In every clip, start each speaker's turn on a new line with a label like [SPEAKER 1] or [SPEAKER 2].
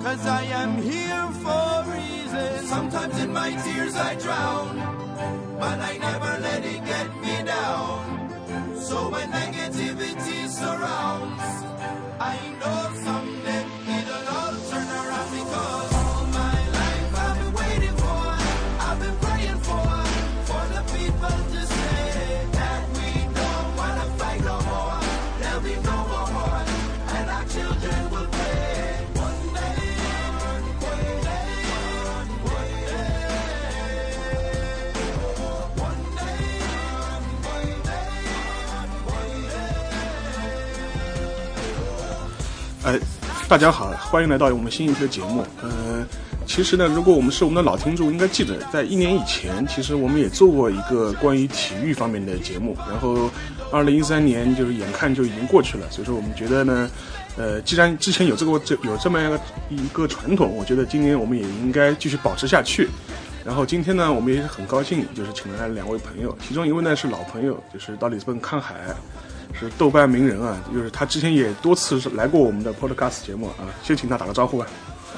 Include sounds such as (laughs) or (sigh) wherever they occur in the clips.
[SPEAKER 1] Cause I am here for reasons. Sometimes in my tears I drown, but I never let it get me down. So when negativity surrounds, I know someday it'll all turn around because all my life I've been waiting for, I've been praying for, for the people to say that we don't wanna fight no more. There'll be no more war, and our children will pay. One day, one day, one day, one day, one day, one day.
[SPEAKER 2] 呃，大家好，欢迎来到我们新一期的节目。呃，其实呢，如果我们是我们的老听众，应该记得在一年以前，其实我们也做过一个关于体育方面的节目。然后，二零一三年就是眼看就已经过去了，所以说我们觉得呢，呃，既然之前有这个这有这么样一个传统，我觉得今年我们也应该继续保持下去。然后今天呢，我们也是很高兴，就是请来了两位朋友，其中一位呢是老朋友，就是到里斯本看海，是豆瓣名人啊，就是他之前也多次是来过我们的 podcast 节目啊，先请他打个招呼吧。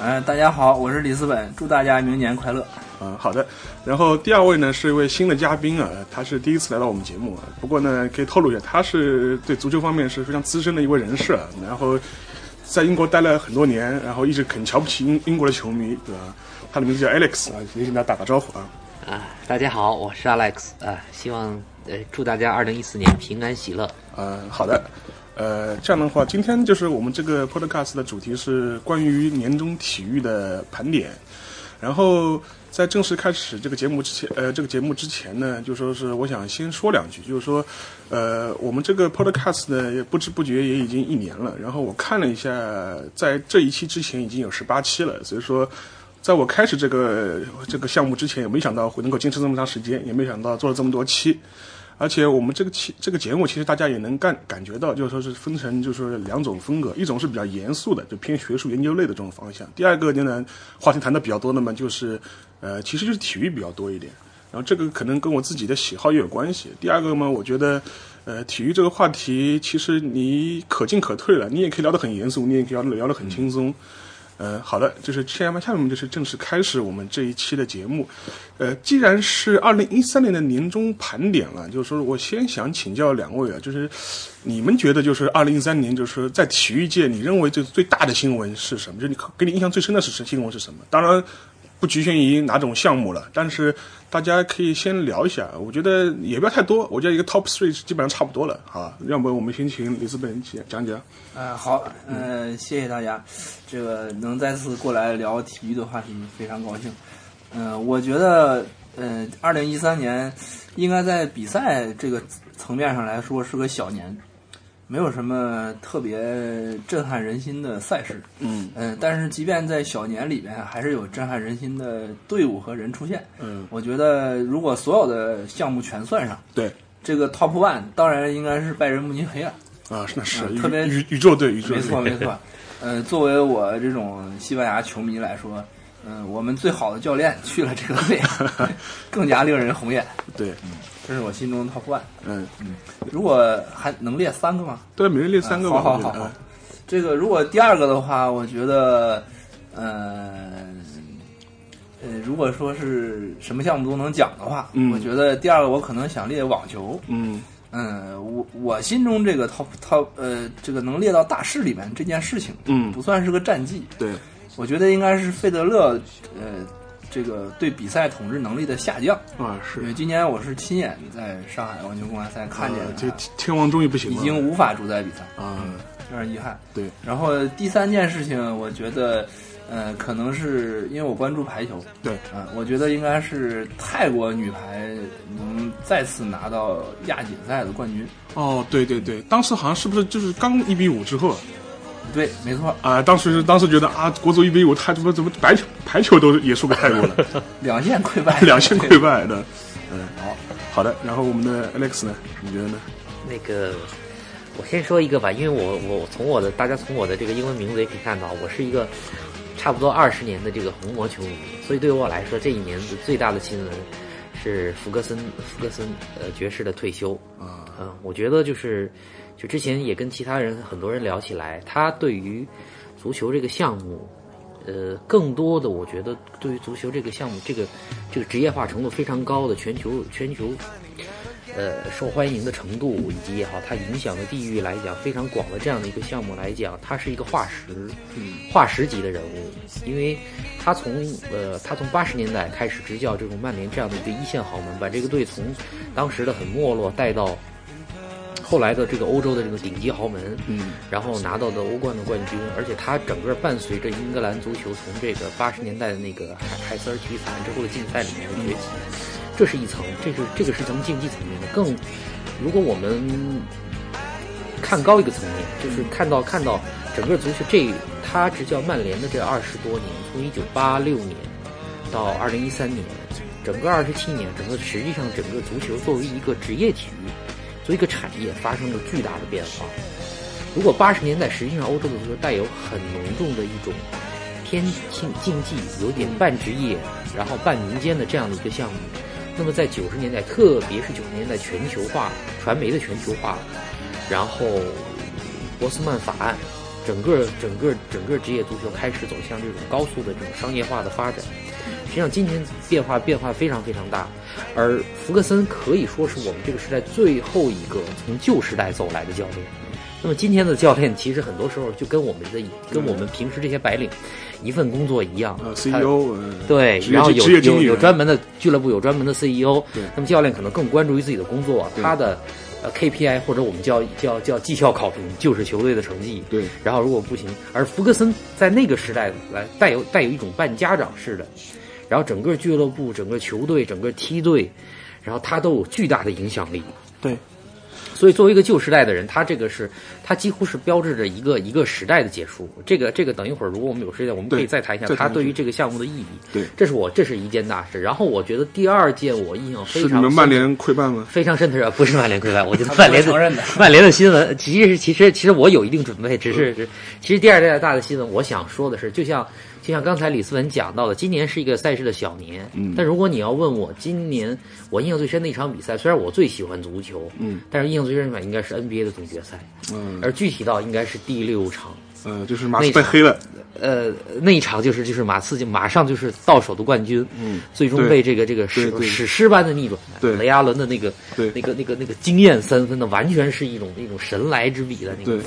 [SPEAKER 3] 嗯，大家好，我是里斯本，祝大家明年快乐。
[SPEAKER 2] 啊，好的。然后第二位呢是一位新的嘉宾啊，他是第一次来到我们节目啊，不过呢可以透露一下，他是对足球方面是非常资深的一位人士啊，然后在英国待了很多年，然后一直很瞧不起英英国的球迷，对吧？他的名字叫 Alex 啊，也请他打个招呼啊。
[SPEAKER 4] 啊，大家好，我是 Alex 啊，希望呃祝大家二零一四年平安喜乐。
[SPEAKER 2] 呃，好的，呃，这样的话，今天就是我们这个 podcast 的主题是关于年终体育的盘点。然后在正式开始这个节目之前，呃，这个节目之前呢，就说是我想先说两句，就是说，呃，我们这个 podcast 呢，也不知不觉也已经一年了。然后我看了一下，在这一期之前已经有十八期了，所以说。在我开始这个这个项目之前，也没想到会能够坚持这么长时间，也没想到做了这么多期。而且我们这个期这个节目，其实大家也能感感觉到，就是说是分成就是说两种风格，一种是比较严肃的，就偏学术研究类的这种方向；第二个呢，话题谈的比较多的嘛，就是呃，其实就是体育比较多一点。然后这个可能跟我自己的喜好也有关系。第二个嘛，我觉得呃，体育这个话题其实你可进可退了，你也可以聊得很严肃，你也可以聊得聊得很轻松。呃，好的，就是下面下面我们就是正式开始我们这一期的节目。呃，既然是二零一三年的年终盘点了，就是说我先想请教两位啊，就是你们觉得就是二零一三年，就是说在体育界，你认为这最大的新闻是什么？就是你给你印象最深的是新闻是什么？当然不局限于哪种项目了，但是大家可以先聊一下，我觉得也不要太多，我觉得一个 top three 基本上差不多了，好吧，要不我们先请李斯本讲讲讲。
[SPEAKER 3] 嗯，好，嗯，谢谢大家，这个能再次过来聊体育的话题，非常高兴。嗯，我觉得，嗯，二零一三年应该在比赛这个层面上来说是个小年，没有什么特别震撼人心的赛事。
[SPEAKER 2] 嗯
[SPEAKER 3] 嗯，但是即便在小年里边，还是有震撼人心的队伍和人出现。
[SPEAKER 2] 嗯，
[SPEAKER 3] 我觉得如果所有的项目全算上，
[SPEAKER 2] 对。
[SPEAKER 3] 这个 top one 当然应该是拜仁慕尼黑了，
[SPEAKER 2] 啊，是那是、
[SPEAKER 3] 嗯
[SPEAKER 2] 宇
[SPEAKER 3] 特别
[SPEAKER 2] 宇宇宙队，宇宙队，
[SPEAKER 3] 没错没
[SPEAKER 2] (laughs)
[SPEAKER 3] 错。呃，作为我这种西班牙球迷来说，嗯、我们最好的教练去了这个队， (laughs) 更加令人红眼。
[SPEAKER 2] 对，
[SPEAKER 3] 这是我心中的 top one。
[SPEAKER 2] 嗯，
[SPEAKER 3] 如果还能列三个吗？
[SPEAKER 2] 对，每人列三个吧，我
[SPEAKER 3] 好好
[SPEAKER 2] 觉得
[SPEAKER 3] 好好
[SPEAKER 2] 啊
[SPEAKER 3] 这个如果第二个的话，我觉得，呃，呃，如果说是什么项目都能讲的话，
[SPEAKER 2] 嗯
[SPEAKER 3] 我觉得第二个我可能想列网球。
[SPEAKER 2] 嗯
[SPEAKER 3] 嗯，我我心中这个 top top 呃，这个能列到大事里面这件事情，
[SPEAKER 2] 嗯
[SPEAKER 3] 不，算是个战绩。
[SPEAKER 2] 对，
[SPEAKER 3] 我觉得应该是费德勒呃，这个对比赛统治能力的下降。
[SPEAKER 2] 啊
[SPEAKER 3] 因
[SPEAKER 2] 是
[SPEAKER 3] 为，今年我是亲眼在上海网球公开赛看见
[SPEAKER 2] 呃
[SPEAKER 3] 的，
[SPEAKER 2] 这天王终于不行
[SPEAKER 3] 已
[SPEAKER 2] 了，
[SPEAKER 3] 经无法主宰比赛，
[SPEAKER 2] 啊，
[SPEAKER 3] 有点遗憾。
[SPEAKER 2] 对，
[SPEAKER 3] 然后第三件事情，我觉得，呃，可能是因为我关注排球，
[SPEAKER 2] 对，
[SPEAKER 3] 啊、我觉得应该是泰国女排能再次拿到亚锦赛的冠军。
[SPEAKER 2] 哦，对对对，当时好像是不是就是刚一比五之后
[SPEAKER 3] 对，没错，
[SPEAKER 2] 啊？当时当时觉得啊，国足一比五，他怎么怎么排球排球都也输给泰国了， (laughs)
[SPEAKER 3] 两线溃败，
[SPEAKER 2] 两线溃败的。呃
[SPEAKER 3] 好，
[SPEAKER 2] 好的，然后我们的 Alex 呢？你觉得呢？
[SPEAKER 4] 那个，我先说一个吧，因为我我从我的大家从我的这个英文名字也可以看到，我是一个差不多二十年的这个红魔球迷，所以对于我来说，这一年的最大的新闻是福格森福格森呃爵士的退休。
[SPEAKER 2] 啊，
[SPEAKER 4] 嗯，我觉得就是，就之前也跟其他人很多人聊起来，他对于足球这个项目，呃，更多的我觉得对于足球这个项目，这个这个职业化程度非常高的全球全球呃受欢迎的程度以及也好，它影响的地域来讲非常广的这样的一个项目来讲，它是一个化石，化石级的人物，因为他从呃他从八十年代开始执教这种曼联这样的一个一线豪门，把这个队从当时的很没落带到。后来的这个欧洲的这个顶级豪门，
[SPEAKER 3] 嗯，
[SPEAKER 4] 然后拿到的欧冠的冠军，而且他整个伴随着英格兰足球从这个八十年代的那个海海瑟尔体育法案之后的竞赛里面的崛起，这是一层，这是这个是从竞技层面的。更，如果我们看高一个层面，就是看到看到整个足球这他执教曼联的这二十多年，从一九八六年到二零一三年，整个二十七年，整个实际上整个足球作为一个职业体育，作为一个产业发生了巨大的变化。如果八十年代实际上欧洲的足球带有很浓重的一种偏竞竞技，有点半职业，然后半民间的这样的一个项目，那么在九十年代，特别是九十年代全球化传媒的全球化，然后波斯曼法案，整个整个整个职业足球开始走向这种高速的这种商业化的发展。实际上，今天变化变化非常非常大，而福克森可以说是我们这个时代最后一个从旧时代走来的教练。那么今天的教练，其实很多时候就跟我们的跟我们平时这些白领一份工作一样
[SPEAKER 2] 呃
[SPEAKER 4] 他
[SPEAKER 2] ，CEO，呃
[SPEAKER 4] 对，
[SPEAKER 2] 职业
[SPEAKER 4] 然后
[SPEAKER 2] 经
[SPEAKER 4] 有
[SPEAKER 2] 职业经
[SPEAKER 4] 有
[SPEAKER 2] 理
[SPEAKER 4] 有
[SPEAKER 2] 人
[SPEAKER 4] 专门的俱乐部，有专门的 CEO
[SPEAKER 2] 对。
[SPEAKER 4] 那么教练可能更关注于自己的工作，啊
[SPEAKER 2] 对
[SPEAKER 4] 他的呃 KPI 或者我们叫叫叫绩效考评，就是球队的成绩。
[SPEAKER 2] 对，
[SPEAKER 4] 然后如果不行，而福克森在那个时代来带有带有一种半家长式的，然后整个俱乐部、整个球队、整个梯队，然后他都有巨大的影响力。
[SPEAKER 3] 对，
[SPEAKER 4] 所以，作为一个旧时代的人，他这个是，他几乎是标志着一个一个时代的结束。这个这个，等一会儿如果我们有时间，我们可以
[SPEAKER 2] 对
[SPEAKER 4] 再谈一下
[SPEAKER 2] 再
[SPEAKER 4] 他
[SPEAKER 2] 谈一
[SPEAKER 4] 对于
[SPEAKER 2] 下
[SPEAKER 4] 这个项目的意义。
[SPEAKER 2] 对
[SPEAKER 4] 这是我这是一件大事。然后我觉得第二件我印象非
[SPEAKER 2] 是
[SPEAKER 4] 常
[SPEAKER 2] 你们
[SPEAKER 4] 深
[SPEAKER 2] 曼联溃败吗？
[SPEAKER 4] 非常深的是 (laughs) 不是曼联溃
[SPEAKER 3] (laughs)
[SPEAKER 4] 败，我觉得曼联
[SPEAKER 3] 他不会承认的
[SPEAKER 4] (laughs) 曼联的新闻，其实其实其实我有一定准备，只是只其实第二件大的新闻，我想说的是，就像就像刚才李思文讲到的，今年是一个赛事的小年，嗯，但如果你要问我今年我印象最深的一场比赛，虽然我最喜欢足球，嗯，但是印象最深的应该是 NBA 的总决赛，
[SPEAKER 2] 嗯，
[SPEAKER 4] 而具体到应该是第六场，
[SPEAKER 2] 呃，就是马斯被黑了，
[SPEAKER 4] 呃，那一场就是就是马刺就马上就是到手的冠军，嗯，最终
[SPEAKER 2] 对
[SPEAKER 4] 被这个这个史
[SPEAKER 2] 对对
[SPEAKER 4] 史诗般的逆转，
[SPEAKER 2] 对
[SPEAKER 4] 雷阿伦的那个
[SPEAKER 2] 对
[SPEAKER 4] 那个那个那个惊艳三分的，完全是一种那种神来之笔的那个
[SPEAKER 2] 对。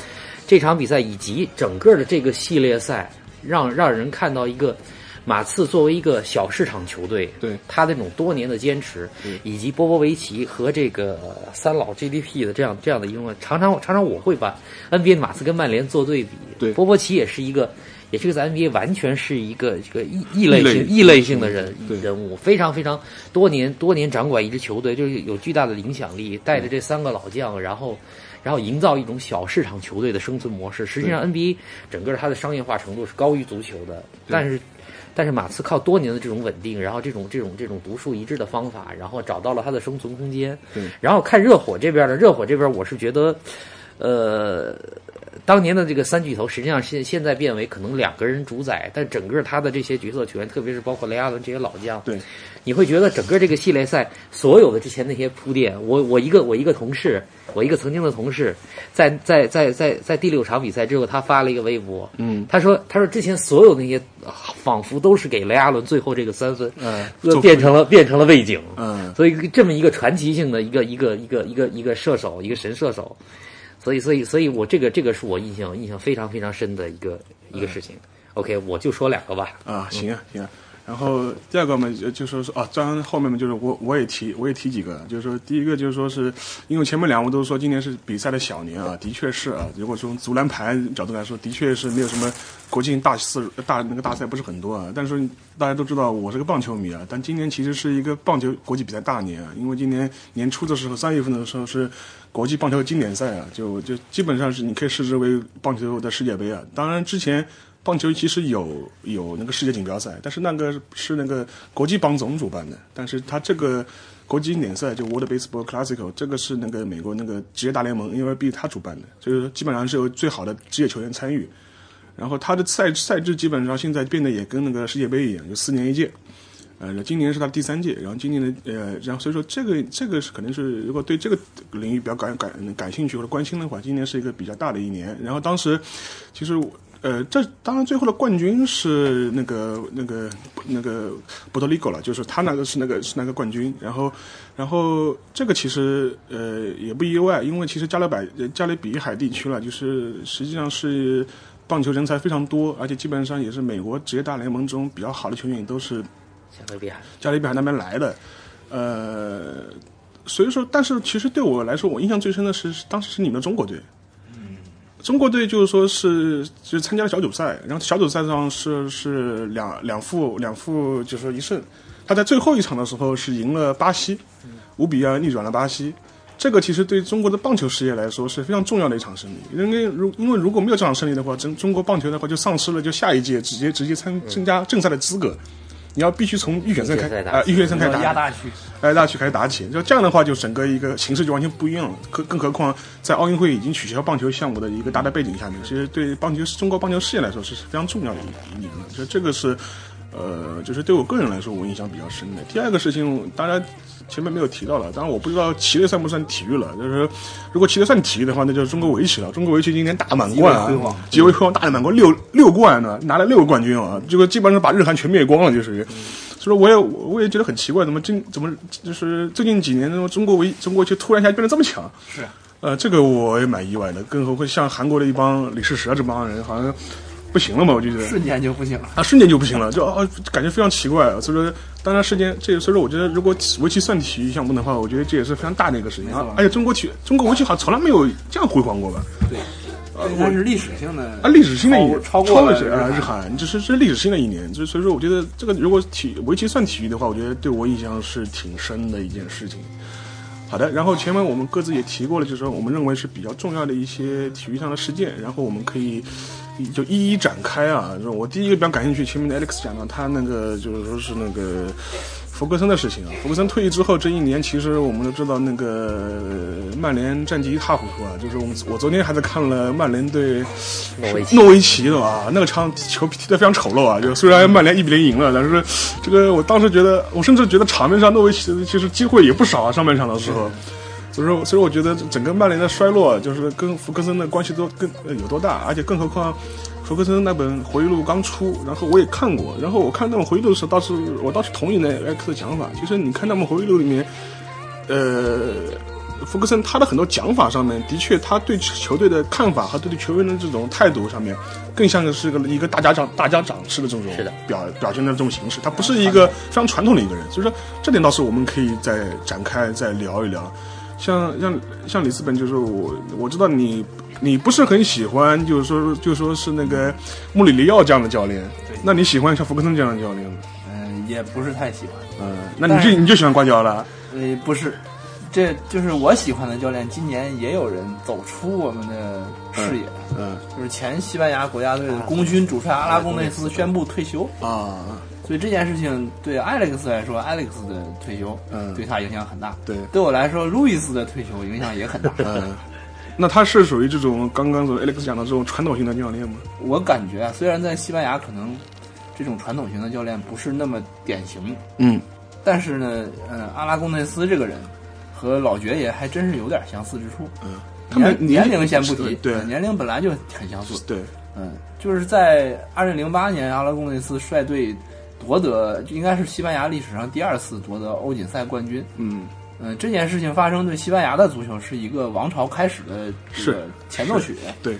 [SPEAKER 4] 这场比赛以及整个的这个系列赛，让让人看到一个马刺作为一个小市场球队，
[SPEAKER 2] 对
[SPEAKER 4] 他的这种多年的坚持，以及波波维奇和这个呃三老 GDP 的这样这样的一种，常常常常我会把 NBA 的马刺跟曼联做对比，
[SPEAKER 2] 对
[SPEAKER 4] 波波奇也是一个。也是个在 NBA 完全是一个这个异异类性
[SPEAKER 2] 类
[SPEAKER 4] 异类性的人
[SPEAKER 2] 嗯对
[SPEAKER 4] 人物，非常非常多年多年掌管一支球队，就是有巨大的影响力，带着这三个老将，然后然后营造一种小市场球队的生存模式。实际上 NBA 整个它的商业化程度是高于足球的，但是但是马刺靠多年的这种稳定，然后这种这种这种独树一帜的方法，然后找到了它的生存空间。
[SPEAKER 2] 对
[SPEAKER 4] 然后看热火这边呢，热火这边我是觉得，呃，当年的这个三巨头，实际上现现在变为可能两个人主宰，但整个他的这些角色球员，特别是包括雷阿伦这些老将，
[SPEAKER 2] 对，
[SPEAKER 4] 你会觉得整个这个系列赛所有的之前那些铺垫，我我一个我一个同事，我一个曾经的同事，在在在在在第六场比赛之后，他发了一个微博，
[SPEAKER 2] 嗯，
[SPEAKER 4] 他说他说之前所有那些啊仿佛都是给雷阿伦最后这个三分，
[SPEAKER 2] 嗯
[SPEAKER 4] 呃
[SPEAKER 2] 做
[SPEAKER 4] 变成了变成了背景，
[SPEAKER 2] 嗯，
[SPEAKER 4] 所以这么一个传奇性的一个一个一个一个一个射手，一个神射手，所以所以所以我这个这个是我印象印象非常非常深的一个
[SPEAKER 2] 嗯
[SPEAKER 4] 一个事情。OK，我就说两个吧。
[SPEAKER 2] 啊，行啊，行啊。然后第二个嘛，就就说是啊，当然后面嘛，就是我我也提我也提几个，就是说第一个就是说是，因为前面两位都说今年是比赛的小年啊，的确是啊，如果从足篮排角度来说，的确是没有什么国际大四大那个大赛不是很多啊，但是大家都知道我是个棒球迷啊，但今年其实是一个棒球国际比赛大年啊，因为今年年初的时候三月份的时候是国际棒球经典赛啊，就就基本上是你可以视之为棒球的世界杯啊，当然之前。棒球其实有有那个世界锦标赛，但是那个是那个国际棒总主办的，但是它这个国际经典赛就 World Baseball Classic，这个是那个美国那个职业大联盟 NLB 它主办的，就是说基本上是由最好的职业球员参与，然后它的赛赛制基本上现在变得也跟那个世界杯一样，就四年一届。呃，今年是他第三届，然后今年的呃，然后所以说这个这个是肯定是如果对这个领域比较感感感兴趣或者关心的话，今年是一个比较大的一年。然后当时其实我呃，这当然最后的冠军是那个那个那个波多利狗了，就是他拿的是那个是那个冠军。然后，然后这个其实呃也不意外，因为其实加勒百呃加勒比海地区了，就是实际上是棒球人才非常多，而且基本上也是美国职业大联盟中比较好的球员都是
[SPEAKER 4] 加勒比海，
[SPEAKER 2] 加勒比海那边来的，呃，所以说，但是其实对我来说，我印象最深的是是当时是你们的中国队，
[SPEAKER 4] 嗯
[SPEAKER 2] 中国队就是说是就是参加了小组赛，然后小组赛上是是两两负两负就是说一胜，他在最后一场的时候是赢了巴西，
[SPEAKER 4] 嗯
[SPEAKER 2] 五比二逆转了巴西。这个其实对中国的棒球事业来说是非常重要的一场胜利，因为如因为如果没有这场胜利的话，中中国棒球的话就丧失了就下一届直接直接参增加正赛的资格，你要必须从预选赛开
[SPEAKER 4] 嗯预选赛打嗯
[SPEAKER 2] 啊、预选赛开始
[SPEAKER 3] (laughs) 要
[SPEAKER 2] 打
[SPEAKER 3] 压大区，
[SPEAKER 2] 哎，大区开始打起，就这样的话，就整个一个形势就完全不一样了。更更何况，在奥运会已经取消棒球项目的一个大的背景下面，其实对棒球中国棒球事业来说是非常重要的一一年了。就这个是，呃，就是对我个人来说，我印象比较深的。第二个事情，当然前面没有提到了，当然我不知道棋类算不算体育了。就是说如果棋类算体育的话，那就是中国围棋了。中国围棋今年打满贯啊
[SPEAKER 3] 极为辉煌，
[SPEAKER 2] 极为辉煌，打了满贯六六冠呢，拿了六个冠军啊，这个基本上把日韩全灭光了，就属于。所以说我也我也觉得很奇怪，怎么近怎么就是最近几年，那么中国围中国就突然一下变得这么强？
[SPEAKER 3] 是
[SPEAKER 2] 呃，这个我也蛮意外的，更何况像韩国的一帮李世石啊这帮人，好像不行了嘛，我就觉得。
[SPEAKER 3] 瞬间就不行了。
[SPEAKER 2] 啊，瞬间就不行了，就啊，感觉非常奇怪啊。所以说，当然，世界这，所以说，我觉得如果围棋算体育项目的话，我觉得这也是非常大的一个事情
[SPEAKER 3] 没
[SPEAKER 2] 啊
[SPEAKER 3] 错。
[SPEAKER 2] 而且中国体，中国围棋好像从来没有这样辉煌过吧？
[SPEAKER 3] 对，
[SPEAKER 2] 啊，我
[SPEAKER 3] 呃但是历史性的
[SPEAKER 2] 啊，历史性的一年
[SPEAKER 3] 超
[SPEAKER 2] 超
[SPEAKER 3] 过了
[SPEAKER 2] 是啊
[SPEAKER 3] 日
[SPEAKER 2] 日
[SPEAKER 3] 韩
[SPEAKER 2] 韩，这是这是历史性的一年，就所以说我觉得这个如果体围棋算体育的话，我觉得对我印象是挺深的一件事情。好的，然后前面我们各自也提过了，就是说我们认为是比较重要的一些体育上的事件，然后我们可以一就一一展开啊。就是我第一个比较感兴趣，前面的 Alex 讲到他那个就是说是那个弗格森的事情啊。弗格森退役之后，这一年其实我们都知道，那个呃曼联战绩一塌糊涂啊。就是我们我昨天还在看了曼联对
[SPEAKER 4] 诺维奇
[SPEAKER 2] 诺维奇的啊，那个场球踢得非常丑陋啊。就虽然曼联一比零赢了，但是这个我当时觉得，我甚至觉得场面上诺维奇其实机会也不少啊，上半场的时候。所以说，所以我觉得整个曼联的衰落，就是跟福克森的关系多更、呃、有多大，而且更何况福克森那本回忆录刚出，然后我也看过，然后我看那本回忆录的时候，倒是我倒是同意那 X 的想法，其实你看那本回忆录里面，呃，福克森他的很多讲法上面，的确他对球队的看法和对球员的这种态度上面，更像是个一个大家长大家长式的这种
[SPEAKER 4] 是的
[SPEAKER 2] 表表现的这种形式，他不是一个非常传统的一个人，所以说这点倒是我们可以再展开再聊一聊。像像像里斯本，就是我我知道你你不是很喜欢，就是说就是说是那个穆里尼奥这样的教练
[SPEAKER 3] 对，
[SPEAKER 2] 那你喜欢像福克森这样的教练吗？
[SPEAKER 3] 嗯，也不是太喜欢。
[SPEAKER 2] 嗯，那你就
[SPEAKER 3] 但是
[SPEAKER 2] 你就喜欢瓜迪奥拉？
[SPEAKER 3] 呃，不是，这就是我喜欢的教练。今年也有人走出我们的视野，
[SPEAKER 2] 嗯
[SPEAKER 3] 就是前西班牙国家队的功勋主帅阿拉贡内斯宣布退休，
[SPEAKER 2] 啊，
[SPEAKER 3] 所以这件事情对 Alex 来说，Alex 的退休，
[SPEAKER 2] 嗯
[SPEAKER 3] 对他影响很大。
[SPEAKER 2] 对
[SPEAKER 3] 对我来说，Louis 的退休影响也很
[SPEAKER 2] (laughs)
[SPEAKER 3] 大。
[SPEAKER 2] 嗯，那他是属于这种刚刚所 Alex 讲的这种传统型的教练吗？
[SPEAKER 3] 我感觉啊，虽然在西班牙可能这种传统型的教练不是那么典型，
[SPEAKER 2] 嗯
[SPEAKER 3] 但是呢，嗯，阿拉贡内斯这个人和老爵爷还真是有点相似之处。
[SPEAKER 2] 嗯，他们
[SPEAKER 3] 年年龄先不提，
[SPEAKER 2] 对
[SPEAKER 3] 呃年龄本来就很相似。
[SPEAKER 2] 对，
[SPEAKER 3] 嗯，就是在二零零八年，阿拉贡内斯率队夺得，应该是西班牙历史上第二次夺得欧锦赛冠军。
[SPEAKER 2] 嗯
[SPEAKER 3] 嗯，这件事情发生对西班牙的足球是一个王朝开始的这个
[SPEAKER 2] 是
[SPEAKER 3] 前奏曲。
[SPEAKER 2] 对，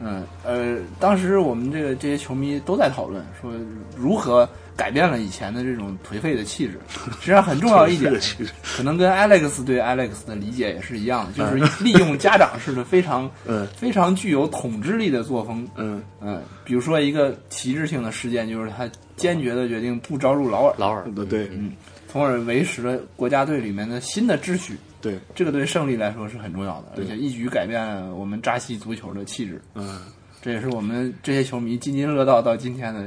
[SPEAKER 3] 嗯，呃，当时我们这个这些球迷都在讨论说如何改变了以前的这种颓废的气
[SPEAKER 2] (laughs)
[SPEAKER 3] 质。实际上很重要一
[SPEAKER 2] 这
[SPEAKER 3] 点
[SPEAKER 2] 个，其实
[SPEAKER 3] 可能跟 Alex 对 Alex 的理解也是一样的，就是利用家长式的非常、
[SPEAKER 2] (laughs) 嗯
[SPEAKER 3] 非常具有统治力的作风。
[SPEAKER 2] 嗯
[SPEAKER 3] 嗯，比如说一个旗帜性的事件，就是他坚决的决定不招入劳尔，
[SPEAKER 4] 劳尔，
[SPEAKER 2] 对嗯
[SPEAKER 3] 从而维持了国家队里面的新的秩序。
[SPEAKER 2] 对
[SPEAKER 3] 这个对胜利来说是很重要的，而且一举改变我们扎西足球的气质。
[SPEAKER 2] 嗯。
[SPEAKER 3] 这也是我们这些球迷津津乐道到今天的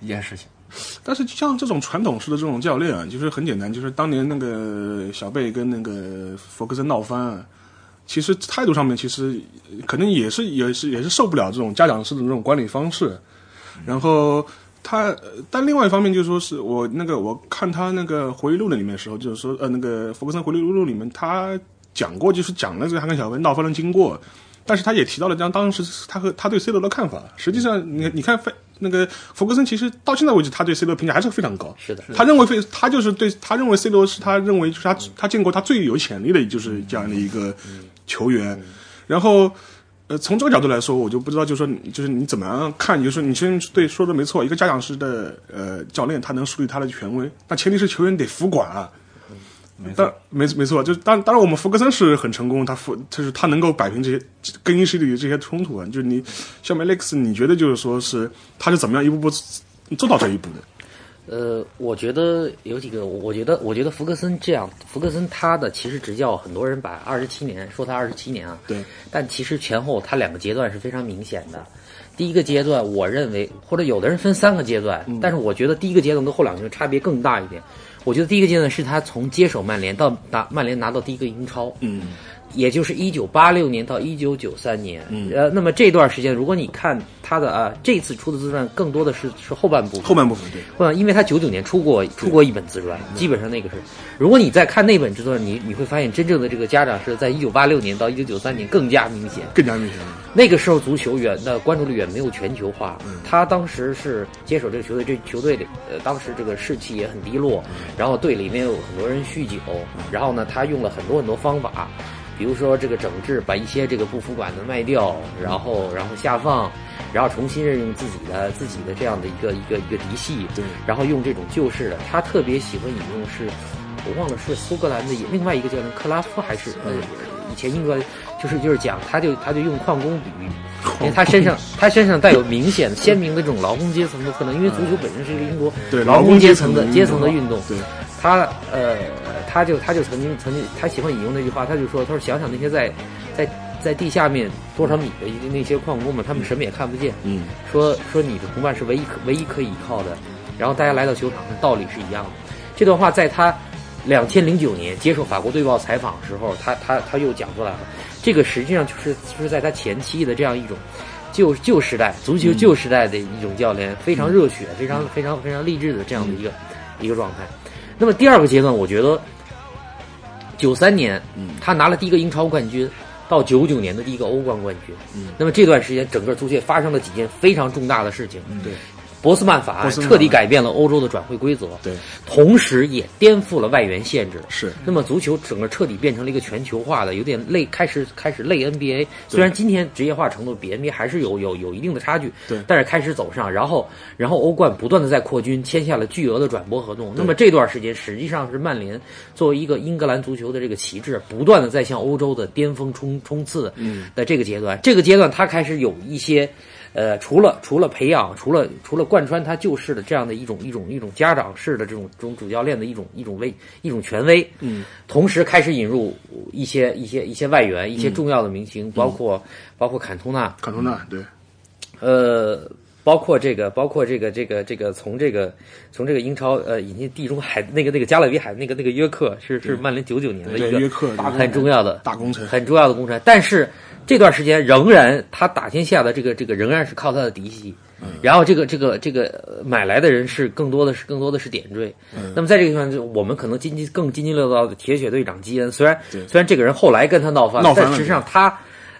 [SPEAKER 3] 一件事情。
[SPEAKER 2] 但是像这种传统式的这种教练啊，就是很简单，就是当年那个小贝跟那个弗格森闹翻啊，其实态度上面其实呃可能也是也是也是受不了这种家长式的这种管理方式，然后。他，呃但另外一方面就是说，是我那个我看他那个回忆录的里面的时候，就是说，呃，那个弗格森回忆录里面他讲过，就是讲了这个他跟小贝闹翻的经过，但是他也提到了这样当时他和他对 C 罗的看法。实际上，你你看费那个弗格森，其实到现在为止，他对 C 罗评价还是非常高。
[SPEAKER 4] 是的是
[SPEAKER 2] 他认为非他就是对他认为 C 罗是他认为就是他他见过他最有潜力的就是这样的一个球员。然后，呃，从这个角度来说，我就不知道，就是说你，就是你怎么样看，就是你先对说的没错，一个家长式的呃教练，他能树立他的权威，但前提是球员得服管啊。但没没错，就是当当然我们福格森是很成功，他服就是他能够摆平这些更衣室里的这些冲突啊。就是你像 Alex，你觉得就是说是他是怎么样一步步做到这一步的？
[SPEAKER 4] 呃，我觉得有几个，我我觉得，我觉得福克森这样，福克森他的其实执教，很多人把二十七年说他二十七年啊，
[SPEAKER 2] 对，
[SPEAKER 4] 但其实前后他两个阶段是非常明显的。第一个阶段，我认为，或者有的人分三个阶段，
[SPEAKER 2] 嗯
[SPEAKER 4] 但是我觉得第一个阶段跟后两个阶段差别更大一点。我觉得第一个阶段是他从接手曼联到拿曼联拿到第一个英超，嗯，也就是一九八六年到一九九三年，嗯，呃，那么这段时间，如果你看他的啊，这次出的自传更多的是是后半部分，
[SPEAKER 2] 后半部分对，
[SPEAKER 4] 嗯，因为他九九年出过出过一本自传，基本上那个是，如果你再看那本自传，你你会发现真正的这个家长是在一九八六年到一九九三年更加明显。
[SPEAKER 2] 更加明显了。
[SPEAKER 4] 那个时候足球远的关注力远没有全球化，他当时是接手这个球队，这球队里呃当时这个士气也很低落，然后队里面有很多人酗酒，然后呢他用了很多很多方法，比如说这个整治，把一些这个不服管的卖掉，然后然后下放，然后重新任用自己的自己的这样的一个一个一个嫡系，
[SPEAKER 2] 对
[SPEAKER 4] 然后用这种旧式的，他特别喜欢引用是，我忘了是苏格兰的也另外一个教练克拉夫还是呃以前英格兰就是就是讲他就他就用矿工比喻，因为他身上他身上带有明显鲜明的这种劳工阶层的特征，因为足球本身是一个英国
[SPEAKER 2] 对
[SPEAKER 4] 劳
[SPEAKER 2] 劳
[SPEAKER 4] 工
[SPEAKER 2] 工
[SPEAKER 4] 阶
[SPEAKER 2] 阶
[SPEAKER 4] 层
[SPEAKER 2] 层
[SPEAKER 4] 的嗯
[SPEAKER 2] 的
[SPEAKER 4] 阶层的运动，
[SPEAKER 2] 对，
[SPEAKER 4] 他呃，他就他就曾经曾经他喜欢引用那句话，他就说，他说想想那些在在在地下面多少米的一那些矿工们，他们什么也看不见，
[SPEAKER 2] 嗯，
[SPEAKER 4] 说说你的同伴是唯一可唯一可以依靠的，然后大家来到球场上，道理是一样的。这段话在他两千零九年接受法国《队报》采访时候，他他他又讲出来了。这个实际上就是就是在他前期的这样一种旧旧时代足球旧时代的一种教练，非常热血，非常非常非常励志的这样的一个一个状态。那么第二个阶段，我觉得九三年，
[SPEAKER 2] 嗯
[SPEAKER 4] 他拿了第一个英超冠军，到九九年的第一个欧冠冠军。
[SPEAKER 2] 嗯
[SPEAKER 4] 那么这段时间，整个足协发生了几件非常重大的事情。
[SPEAKER 2] 嗯对，
[SPEAKER 4] 博斯曼法案
[SPEAKER 2] 博斯曼
[SPEAKER 4] 彻底改变了欧洲的转会规则，
[SPEAKER 2] 对，
[SPEAKER 4] 同时也颠覆了外援限制。
[SPEAKER 2] 是
[SPEAKER 4] 那么足球整个彻底变成了一个全球化的，有点类开始开始类 NBA。虽然今天职业化程度比 NBA 还是有有有一定的差距，
[SPEAKER 2] 对
[SPEAKER 4] 但是开始走上，然后然后欧冠不断的在扩军，签下了巨额的转播合同。那么这段时间实际上是曼联作为一个英格兰足球的这个旗帜，不断的在向欧洲的巅峰冲冲刺
[SPEAKER 2] 嗯
[SPEAKER 4] 的这个阶段，这个阶段他开始有一些。呃，除了除了培养，除了除了贯穿他旧式的这样的一种一种一种家长式的这种这种主教练的一种一种威一种权威，嗯，同时开始引入一些一些一些外援，一
[SPEAKER 2] 嗯
[SPEAKER 4] 些重要的明星，包括包括坎通纳，
[SPEAKER 2] 卡托纳对，
[SPEAKER 4] 呃，包括这个包括这个这个这个从这个从这个英超呃引进地中海那个那个加勒比海那个那个约克是是曼联九九年的一
[SPEAKER 2] 对
[SPEAKER 4] 个
[SPEAKER 2] 约克大
[SPEAKER 4] 很重要的
[SPEAKER 2] 大工程
[SPEAKER 4] 很重要的工程。但是这段时间仍然他打天下的这个这个仍然是靠他的嫡系，
[SPEAKER 2] 嗯
[SPEAKER 4] 然后这个这个这个呃买来的人是更多的是更多的是点缀。
[SPEAKER 2] 嗯
[SPEAKER 4] 那么在这个地方，就我们可能津津更津津乐道的铁血队长基恩，虽然
[SPEAKER 2] 对
[SPEAKER 4] 虽然这个人后来跟他闹翻
[SPEAKER 2] 闹翻
[SPEAKER 4] 但
[SPEAKER 2] 了
[SPEAKER 4] 实际上他。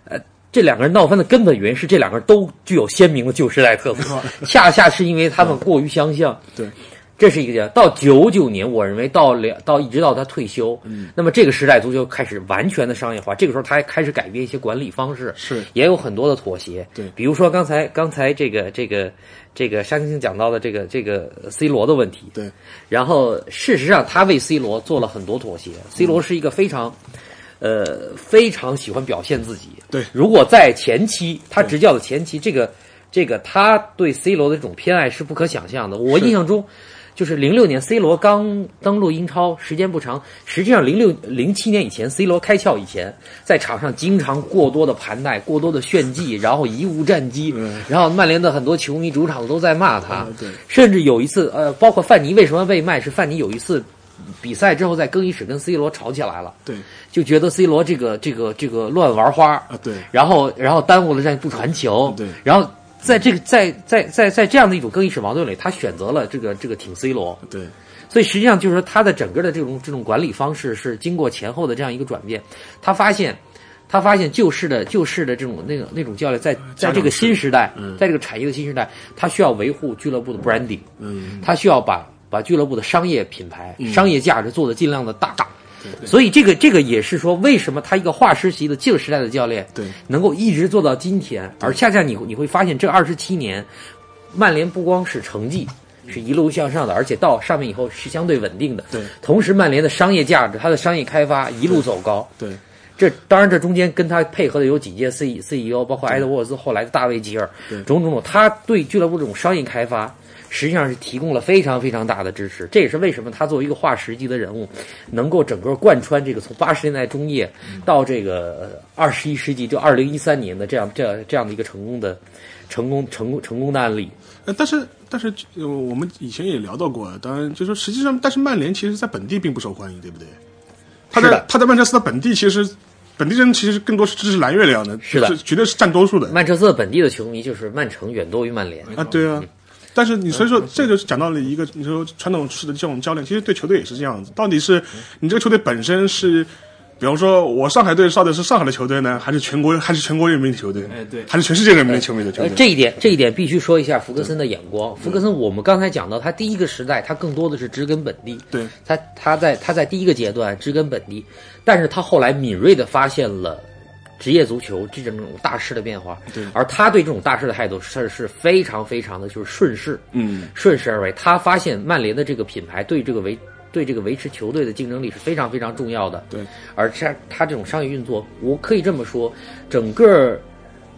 [SPEAKER 4] 呃这两个人闹翻的根本原因是这两个人都具有鲜明的旧时代特色，恰恰是因为他们过于相像。
[SPEAKER 2] 对，
[SPEAKER 4] 这是一个阶段。到九九年，我认为到两到一直到他退休，
[SPEAKER 2] 嗯
[SPEAKER 4] 那么这个时代足球开始完全的商业化。这个时候，他还开始改变一些管理方式，
[SPEAKER 2] 是
[SPEAKER 4] 也有很多的妥协。
[SPEAKER 2] 对
[SPEAKER 4] 比如说刚才刚才这个这个这个沙星星讲到的这个这个 C 罗的问题，
[SPEAKER 2] 对，
[SPEAKER 4] 然后事实上他为 C 罗做了很多妥协。C
[SPEAKER 2] 嗯
[SPEAKER 4] 罗是一个非常。呃，非常喜欢表现自己。
[SPEAKER 2] 对
[SPEAKER 4] 如果在前期他执教的前期，这个这个他对 C 罗的这种偏爱是不可想象的。我印象中，就是零六年 C 罗刚登陆英超，时间不长。实际上，零六零七年以前，C 罗开窍以前，在场上经常过多的盘带、过多的炫技，然后贻误战机，然后曼联的很多球迷主场都在骂他。
[SPEAKER 2] 嗯对
[SPEAKER 4] 甚至有一次，呃，包括范尼为什么被卖，是范尼有一次比赛之后在更衣室跟 C 罗吵起来了。
[SPEAKER 2] 对
[SPEAKER 4] 就觉得 C 罗这个这个这个乱玩花
[SPEAKER 2] 啊对
[SPEAKER 4] 然后然后耽误了这样不传球，
[SPEAKER 2] 对
[SPEAKER 4] 然后在这个在在在在这样的一种更衣室矛盾里，他选择了这个这个挺 C 罗，
[SPEAKER 2] 对
[SPEAKER 4] 所以实际上就是说他的整个的这种这种管理方式是经过前后的这样一个转变，他发现他发现旧式的旧式的这种那个那种教练在在这个新时代，在这个产业的新时代，他需要维护俱乐部的 branding，
[SPEAKER 5] 嗯，
[SPEAKER 4] 他需要把把俱乐部的商业品牌、商业价值做得尽量的大。
[SPEAKER 2] 嗯对
[SPEAKER 4] 所以这个这个也是说，为什么他一个画师级的旧时代的教练，
[SPEAKER 2] 对
[SPEAKER 4] 能够一直做到今天，而恰恰你你会发现这二十七年，曼联不光是成绩是一路向上的，而且到上面以后是相对稳定的。
[SPEAKER 2] 嗯对
[SPEAKER 4] 同时曼联的商业价值，它的商业开发一路走高。
[SPEAKER 2] 对
[SPEAKER 4] 这当然，这中间跟他配合的有几届 C C E O，包括埃德沃尔兹，后来的大卫吉尔，种种种，他对俱乐部这种商业开发，实际上是提供了非常非常大的支持。这也是为什么他作为一个划时级的人物，能够整个贯穿这个从八十年代中叶到这个二十一世纪，就二零一三年的这样这样这样的一个成功的成功成功成功的案例。
[SPEAKER 2] 呃，但是但是、呃我们以前也聊到过，当然就是说实际上，但是曼联其实在本地并不受欢迎，对不对？他
[SPEAKER 4] 是
[SPEAKER 2] 在
[SPEAKER 4] 的
[SPEAKER 2] 他在曼彻斯特本地其实。本地人其实更多是支持蓝月亮的，
[SPEAKER 4] 是的
[SPEAKER 2] 绝对是占多数的
[SPEAKER 4] 曼彻斯特本地的球迷就是曼城远多于曼联。嗯
[SPEAKER 2] 啊，对啊。但是你所以
[SPEAKER 3] 嗯
[SPEAKER 2] 说，这就是讲到了一个你说传统式的这种教练，其实对球队也是这样子。到底
[SPEAKER 3] 嗯
[SPEAKER 2] 是你这个球队本身是，比方说我上海队到底是上海的球队呢，还是全国还是全国人民的球队？
[SPEAKER 3] 哎对
[SPEAKER 2] 还是全世界人民的球迷的球
[SPEAKER 4] 呃，
[SPEAKER 2] 队？
[SPEAKER 4] 这一点，这一点必须说一下福格森的眼
[SPEAKER 2] 嗯
[SPEAKER 4] 光。福格森，我们刚才讲到，他第一个时代，他更多的是植根本地。
[SPEAKER 2] 嗯对，
[SPEAKER 4] 他他在他在第一个阶段植根本地，但是他后来敏锐地发现了职业足球这种大势的变化。
[SPEAKER 2] 对
[SPEAKER 4] 而他对这种大势的态度是是非常非常的就是顺势，
[SPEAKER 2] 嗯，
[SPEAKER 4] 顺势而为。他发现曼联的这个品牌对这个维对这个维持球队的竞争力是非常非常重要的。
[SPEAKER 2] 对，啊
[SPEAKER 4] 而他他这种商业运作，我可以这么说，整个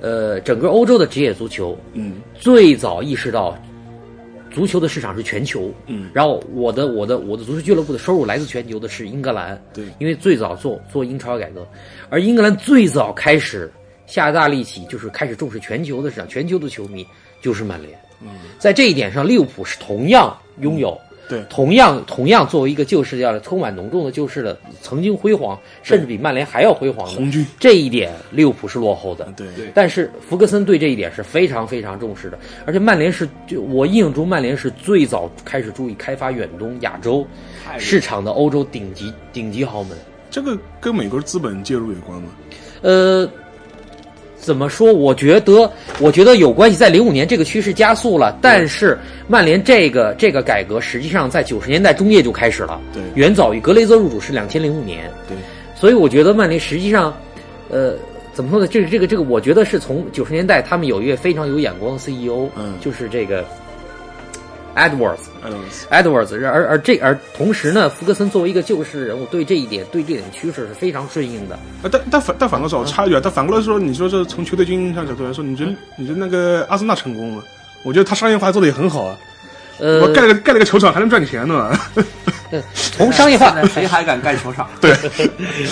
[SPEAKER 4] 呃整个欧洲的职业足球
[SPEAKER 2] 嗯，
[SPEAKER 4] 最早意识到。足球的市场是全球，
[SPEAKER 2] 嗯
[SPEAKER 4] 然后我的我的我的足球俱乐部的收入来自全球的是英格兰，
[SPEAKER 2] 对
[SPEAKER 4] 因为最早做做英超改革，而英格兰最早开始下大力气，就是开始重视全球的市场，全球的球迷就是曼联，嗯，在这一点上，利物浦是同样拥有，
[SPEAKER 2] 嗯对
[SPEAKER 4] 同样同样作为一个旧式教练，充满浓重的旧式的，曾经辉煌，甚至比曼联还要辉煌的
[SPEAKER 2] 红军
[SPEAKER 4] 这一点利物浦是落后的，
[SPEAKER 2] 对
[SPEAKER 3] 对
[SPEAKER 4] 但是福格森对这一点是非常非常重视的，而且曼联是，就我印象中曼联是最早开始注意开发远东亚洲市场的欧洲顶级顶级豪门。
[SPEAKER 2] 这个跟美国资本介入有关吗？
[SPEAKER 4] 呃，怎么说？我觉得，我觉得有关系。在零五年，这个趋势加速了，但是曼联这个这个改革，实际上在九十年代中叶就开始了，
[SPEAKER 2] 对
[SPEAKER 4] 远早于格雷泽入主是两千零五年，
[SPEAKER 2] 对，
[SPEAKER 4] 所以我觉得曼联实际上，呃，怎么说呢？这个这个这个，我觉得是从九十年代他们有一位非常有眼光的 CEO，
[SPEAKER 2] 嗯
[SPEAKER 4] 就是这个 Edwards。
[SPEAKER 2] 哎呦
[SPEAKER 4] Edwards，而而这而同时呢，福格森作为一个救世人物，对这一点对这点趋势是非常顺应的。
[SPEAKER 2] 啊，但但反但反过来说，我插一句啊，但反过来说，你说这从球队经营上角度来说，你觉得你觉得那个阿森纳成功吗？我觉得他商业化做的也很好啊，
[SPEAKER 4] 呃，
[SPEAKER 2] 我盖了个盖了个球场还能赚钱呢。
[SPEAKER 4] 从商业化
[SPEAKER 3] 现在，谁还敢盖球场？